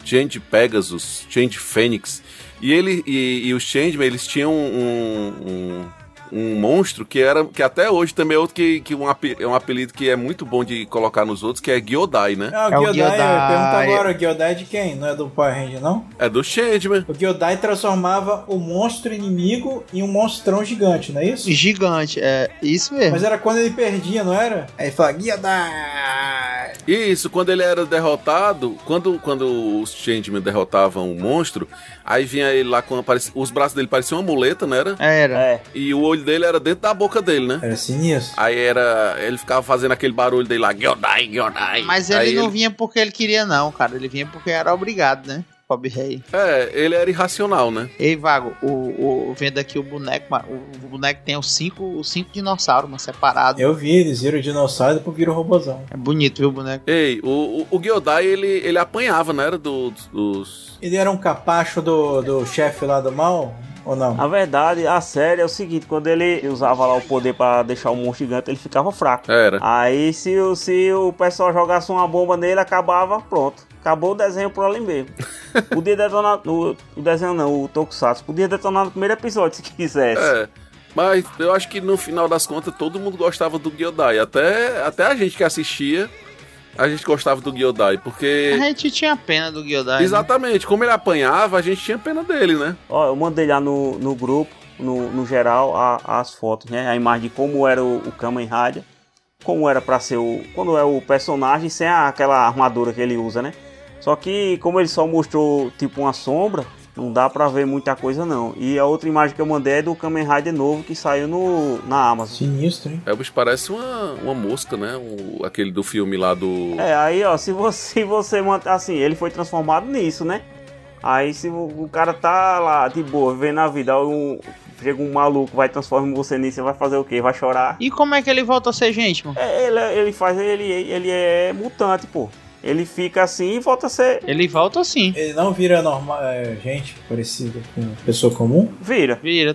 Speaker 1: Change Pegasus, Change Fênix. E, ele, e, e os Changeman, eles tinham um, um- um monstro que era que até hoje também é outro que, que um, ape- é um apelido que é muito bom de colocar nos outros, que é Giodai, né?
Speaker 4: Ah, o
Speaker 2: É o
Speaker 4: Giodai, eu ia
Speaker 2: Giodai.
Speaker 4: perguntar agora, o Giodai é de quem? Não é do Power Ranger, não?
Speaker 1: É do Changeman.
Speaker 4: O Giodai transformava o monstro inimigo em um monstrão gigante, não é isso?
Speaker 2: Gigante, é isso mesmo.
Speaker 4: Mas era quando ele perdia, não era? Aí ele falava, Giodai!
Speaker 1: Isso, quando ele era derrotado, quando, quando os Changeman derrotavam o monstro, aí vinha ele lá com apareci- os braços dele pareciam uma muleta, né? Era?
Speaker 2: Era.
Speaker 3: É,
Speaker 1: E o olho dele era dentro da boca dele, né?
Speaker 4: Era sinistro.
Speaker 1: Aí era. Ele ficava fazendo aquele barulho dele lá, Giodai, Giodai.
Speaker 2: Mas ele
Speaker 1: Aí
Speaker 2: não vinha porque ele queria, não, cara. Ele vinha porque era obrigado, né? Bob Rei.
Speaker 1: É, ele era irracional, né?
Speaker 2: Ei, Vago, o, o, vendo aqui o boneco, mano. O, o boneco tem os cinco, os cinco dinossauros, mano, separados.
Speaker 4: Eu vi, eles viram o dinossauro e depois viram o robozão.
Speaker 2: É bonito, viu, o boneco?
Speaker 1: Ei, o, o, o Giodai, ele, ele apanhava, não era? Do, dos- dos.
Speaker 4: Ele era um capacho do, do chefe lá do mal, ou
Speaker 2: Ah.
Speaker 4: não?
Speaker 3: na verdade, a série é o seguinte, quando ele usava lá o poder pra deixar o monstro gigante, ele ficava fraco.
Speaker 1: Era.
Speaker 2: Ah.
Speaker 3: Aí se o, se o pessoal jogasse uma bomba nele, acabava, pronto. Acabou o desenho por ali mesmo. Podia detonar. O, o desenho não, o Tokusatsu. Podia detonar no primeiro episódio se quisesse.
Speaker 1: É. Mas eu acho que no final das contas todo mundo gostava do Giodai. Até, até a gente que assistia A gente gostava do Giodai, porque.
Speaker 13: A gente tinha pena do
Speaker 2: né?
Speaker 13: Giodai.
Speaker 1: Exatamente, como ele apanhava, a gente tinha pena dele, né?
Speaker 3: Ó, eu mandei lá no, no grupo, no, no geral, a- as fotos, né? A imagem de como era o, o Kamen Rider, como era pra ser o. Quando é o personagem sem a- aquela armadura que ele usa, né? Só que, como ele só mostrou tipo uma sombra, não dá pra ver muita coisa não. E a outra imagem que eu mandei é do Kamen Rider novo que saiu no, na Amazon.
Speaker 4: Sinistro, hein?
Speaker 1: É, o bicho parece uma, uma mosca, né? O- aquele do filme lá do.
Speaker 3: É, aí ó, se você, [LAUGHS] se você manter assim, ele foi transformado nisso, né? Aí se o, o cara tá lá de boa, vivendo a vida, aí um, chega um maluco, vai transformar você nisso, você vai fazer o quê? Vai chorar?
Speaker 13: E como é que ele volta a ser gente, mano?
Speaker 3: É, ele, ele faz, ele, ele é mutante, pô. Ele fica assim e volta a ser.
Speaker 13: Ele volta assim.
Speaker 4: Ele não vira normal, é, gente parecida com pessoa comum?
Speaker 3: Vira.
Speaker 13: Vira.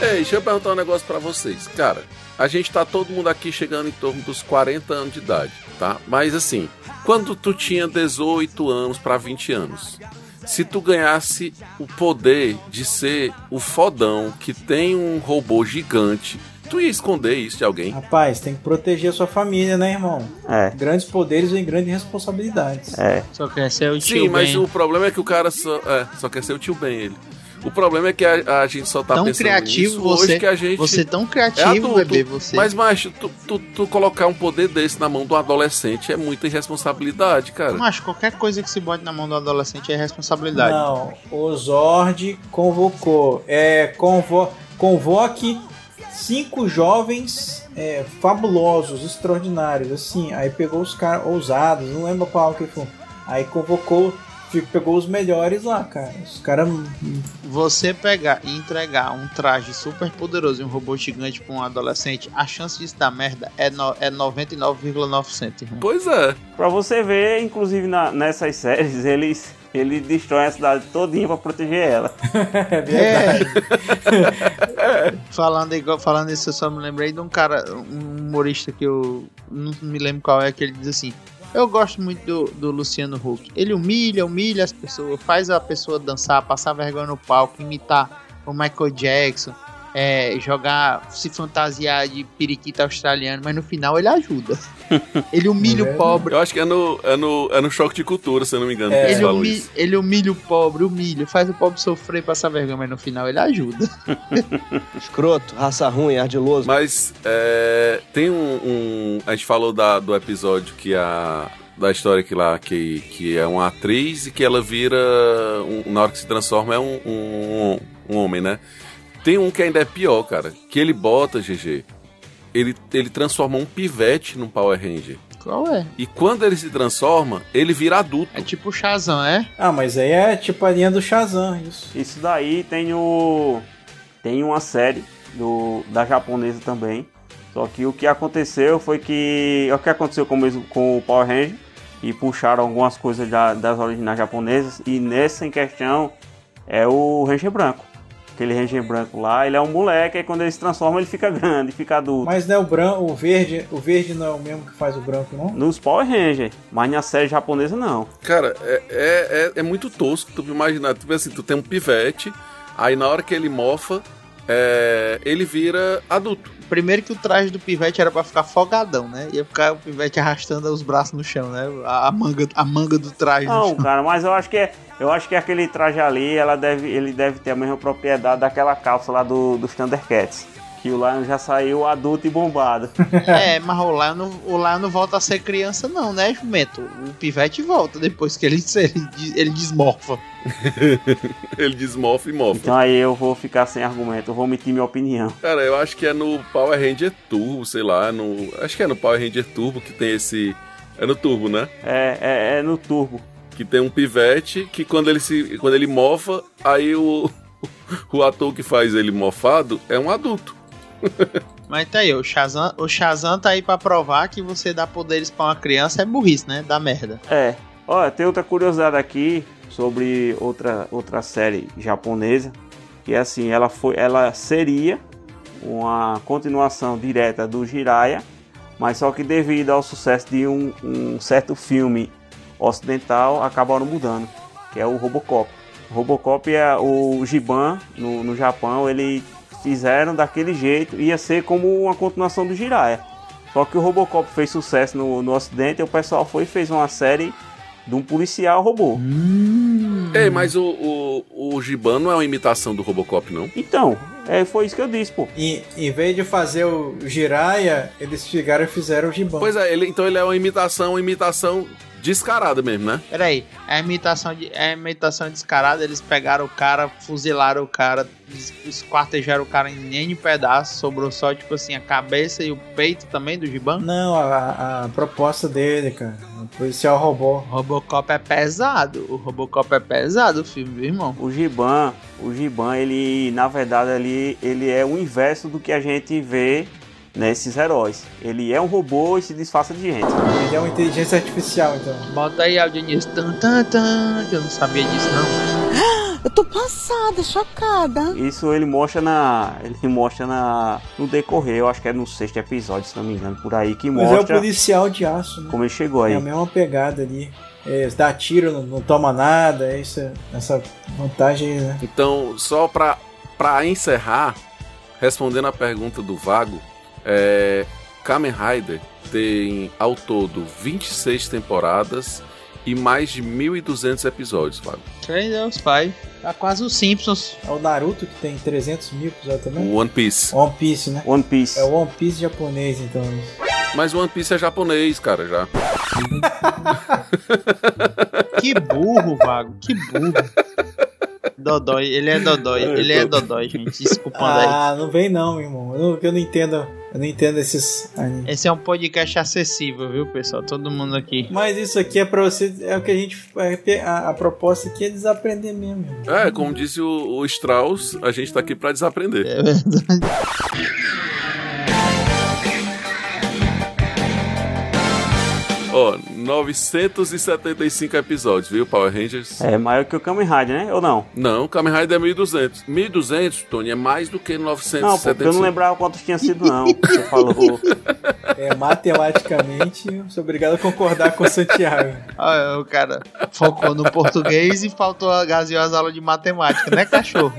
Speaker 1: Ei, deixa eu perguntar um negócio pra vocês. Cara, a gente tá todo mundo aqui chegando em torno dos 40 anos de idade, tá? Mas assim, quando tu tinha 18 anos pra 20 anos, se tu ganhasse o poder de ser o fodão que tem um robô gigante, tu ia esconder isso de alguém?
Speaker 4: Rapaz, tem que proteger a sua família, né, irmão?
Speaker 3: É.
Speaker 4: Grandes poderes vêm grandes responsabilidades.
Speaker 3: É.
Speaker 13: Só quer ser o tio
Speaker 1: Sim, mas
Speaker 13: Ben.
Speaker 1: o problema é que o cara só, é, só quer ser o tio Ben, ele. O problema é que a, a gente só tá
Speaker 13: tão
Speaker 1: pensando
Speaker 13: criativo
Speaker 1: nisso
Speaker 13: você.
Speaker 1: hoje que a gente...
Speaker 13: Você tão
Speaker 1: É
Speaker 13: criativo,
Speaker 1: adulto.
Speaker 13: bebê, você.
Speaker 1: Mas, macho, tu, tu- tu colocar um poder desse na mão de um adolescente é muita irresponsabilidade, cara.
Speaker 13: Mas qualquer coisa que se bote na mão do adolescente é responsabilidade.
Speaker 4: Não, o Zord convocou. É, convo, convoque cinco jovens é, fabulosos, extraordinários, assim. Aí pegou os caras ousados, não lembro qual que ele falou. Aí convocou, fi- pegou os melhores lá, cara. Os caras.
Speaker 13: Você pegar e entregar um traje super poderoso e um robô gigante pra um adolescente, a chance disso dar merda é, no, é 99,9%, irmão.
Speaker 1: Pois é.
Speaker 3: Pra você ver, inclusive na- nessas séries, [LAUGHS] eles, eles destroem a cidade todinha pra proteger ela.
Speaker 4: É verdade.
Speaker 13: [LAUGHS] Falando, igual, falando isso, eu só me lembrei de um cara, um humorista que eu não me lembro qual é, que ele diz assim: Eu gosto muito do, do Luciano Huck. Ele humilha, humilha as pessoas, faz a pessoa dançar, passar vergonha no palco, imitar o Michael Jackson, é, jogar, se fantasiar de periquita australiano, mas no final ele ajuda. Ele humilha o pobre. É.
Speaker 1: Eu acho que é no, é no, é no choque de cultura, se eu não me engano, que eles
Speaker 13: Ele,
Speaker 1: falam
Speaker 13: humilha,
Speaker 1: isso.
Speaker 13: ele humilha o pobre, humilha, faz o pobre sofrer, passar vergonha, mas no final ele ajuda.
Speaker 14: Escroto, raça ruim, ardiloso.
Speaker 1: Mas é, tem um, um- A gente falou da- do episódio que a. Da história que lá, que, que é uma atriz e que ela vira. um- na hora que se transforma é um, um, um homem, né? Tem um que ainda é pior, cara. Que ele bota, GG. Ele, ele transforma um pivete num Power Ranger.
Speaker 13: Qual é?
Speaker 1: E quando ele se transforma, ele vira adulto.
Speaker 13: É tipo o Shazam, é?
Speaker 4: Ah, mas aí é tipo a linha do Shazam, isso.
Speaker 3: Isso daí tem o. Tem uma série do, da japonesa também. Só que o que aconteceu foi que. é O que aconteceu com, o mesmo- com o Power Ranger e puxaram algumas coisas da- das originais japonesas. E nessa em questão é o Ranger Branco. Aquele Ranger Branco lá, ele é um moleque, aí quando ele se transforma ele fica grande, fica adulto.
Speaker 4: Mas né, o branco, o verde, o verde não é o mesmo que faz o branco, não?
Speaker 3: Nos Power Ranger, mas na série japonesa não.
Speaker 1: Cara, é, é, é, é muito tosco tu imaginar. Tu vê assim, tu tem um pivete, aí na hora que ele mofa, é, ele vira adulto.
Speaker 13: Primeiro que o traje do pivete era pra ficar folgadão, né? Ia ficar o pivete arrastando os braços no chão, né? A, a manga, a manga do traje no
Speaker 3: Não,
Speaker 13: chão.
Speaker 3: cara, mas eu acho que é, eu acho que aquele traje ali, ela deve, ele deve ter a mesma propriedade daquela calça lá do, dos Thundercats. Que o Lion já saiu adulto e bombado.
Speaker 13: É, mas o Lion, não- o Lion não volta a ser criança não, né, jumento? O pivete volta depois que ele, [LAUGHS] ele, des- ele desmorfa.
Speaker 1: ele desmofa e mofa.
Speaker 3: Então aí eu vou ficar sem argumento, eu vou omitir minha opinião.
Speaker 1: Cara, eu acho que é no Power Ranger Turbo, sei lá, no. Acho que é no Power Ranger Turbo que tem esse. É no Turbo, né?
Speaker 3: É, é, é no Turbo.
Speaker 1: Que tem um pivete que quando ele se. quando ele mofa, aí o. [LAUGHS] O ator que faz ele mofado é um adulto.
Speaker 13: Mas tá aí, o Shazam, o Shazam tá aí pra provar que você dar poderes pra uma criança é burrice, né? Dá merda.
Speaker 3: É. Olha, tem outra curiosidade aqui sobre outra, outra série japonesa. Que assim, ela foi. Ela seria uma continuação direta do Jiraiya, mas só que devido ao sucesso de um, um certo filme ocidental, acabaram mudando, que é o Robocop. O Robocop é o Giban no, no Japão, ele fizeram daquele jeito, ia ser como uma continuação do Jiraiya. Só que o Robocop fez sucesso no, no Ocidente e o pessoal foi e fez uma série de um policial robô.
Speaker 1: Ei, mas o, o, o Giban não é uma imitação do Robocop, não?
Speaker 3: Então, é, foi isso que eu disse, pô.
Speaker 4: E em vez de fazer o Jiraya, eles chegaram e fizeram o Giban.
Speaker 1: Pois é, ele, então ele é uma imitação, uma imitação descarada mesmo, né?
Speaker 2: Peraí, é imitação, de, é imitação descarada, eles pegaram o cara, fuzilaram o cara, es- esquartejaram o cara em N pedaço, sobrou só, tipo assim, a cabeça e o peito também do Giban?
Speaker 4: Não, a, a proposta dele, cara. O policial robô.
Speaker 2: Robocop é pesado, o Robocop é pesado o filme, viu, irmão?
Speaker 3: O Giban, o Giban, ele, na verdade, ele, ele é o inverso do que a gente vê nesses heróis. Ele é um robô e se disfarça de gente.
Speaker 4: Ele é uma inteligência artificial, então.
Speaker 2: Bota aí, Aldiniz. Tan, tan, tan, que eu não sabia disso, não.
Speaker 12: Eu tô passada, chocada.
Speaker 3: Isso ele mostra na. Ele mostra na. No decorrer, eu acho que é no sexto episódio, se não me engano, por aí, que
Speaker 4: Mas é o
Speaker 3: mostra
Speaker 4: policial de aço, né?
Speaker 3: como ele chegou
Speaker 4: É
Speaker 3: aí.
Speaker 4: a mesma pegada ali. É, dá tiro, não, não toma nada, é isso, essa vantagem aí, né?
Speaker 1: Então, só pra, pra encerrar, respondendo a pergunta do Vago, é, Kamen Rider tem ao todo 26 temporadas e mais de 1.200 episódios, Vago.
Speaker 2: Creio em Deus, pai. Tá quase os Simpsons.
Speaker 4: É o Naruto que tem 300 mil episódios também?
Speaker 1: O One Piece.
Speaker 4: One Piece, né?
Speaker 3: One Piece.
Speaker 4: É o One Piece japonês, então. isso.
Speaker 1: Mas o One Piece é japonês, cara, já.
Speaker 2: Que burro, [LAUGHS] Vago, que burro. Dodói, ele é Dodói, ele é Dodói, gente. Desculpando aí.
Speaker 4: Ah, não vem não, irmão. Eu não, eu não entendo. Eu não entendo esses animes.
Speaker 2: Esse é um podcast acessível, viu, pessoal? Todo mundo aqui.
Speaker 4: Mas isso aqui é pra você. É o que a gente. é- A, a proposta aqui é desaprender mesmo. irmão.
Speaker 1: É, como disse o, o Strauss, a gente tá aqui pra desaprender.
Speaker 2: É verdade.
Speaker 1: Ó, 975 episódios, viu, Power Rangers?
Speaker 3: É maior que o Kamen Rider, né? Ou não?
Speaker 1: Não, Kamen Rider é 1.200. 1.200, Tony, é mais do que
Speaker 3: Não, pô,
Speaker 1: 975.
Speaker 3: porque eu não lembrava quantos tinha sido, não. Você falou. [LAUGHS]
Speaker 4: É, matematicamente, eu sou obrigado a concordar com o Santiago.
Speaker 13: [LAUGHS]
Speaker 2: Olha, o cara focou no português e faltou a gaseosa aula de matemática, né, cachorro?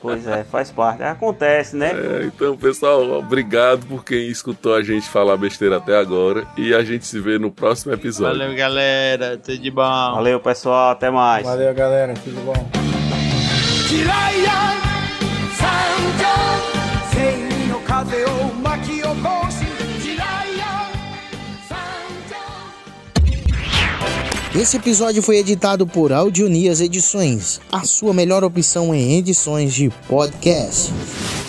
Speaker 3: Pois é, faz parte. Acontece, né?
Speaker 1: É, então, pessoal, obrigado por quem escutou a gente falar besteira até agora. E a gente se vê no próximo episódio.
Speaker 2: Valeu, galera. Tudo de bom.
Speaker 3: Valeu, pessoal. Até mais.
Speaker 4: Valeu, galera. Tudo bom?
Speaker 6: 地雷や参上正義の風を巻き起こし地雷や参上
Speaker 13: Esse episódio foi editado por Audionias Edições, a sua melhor opção em edições de podcast.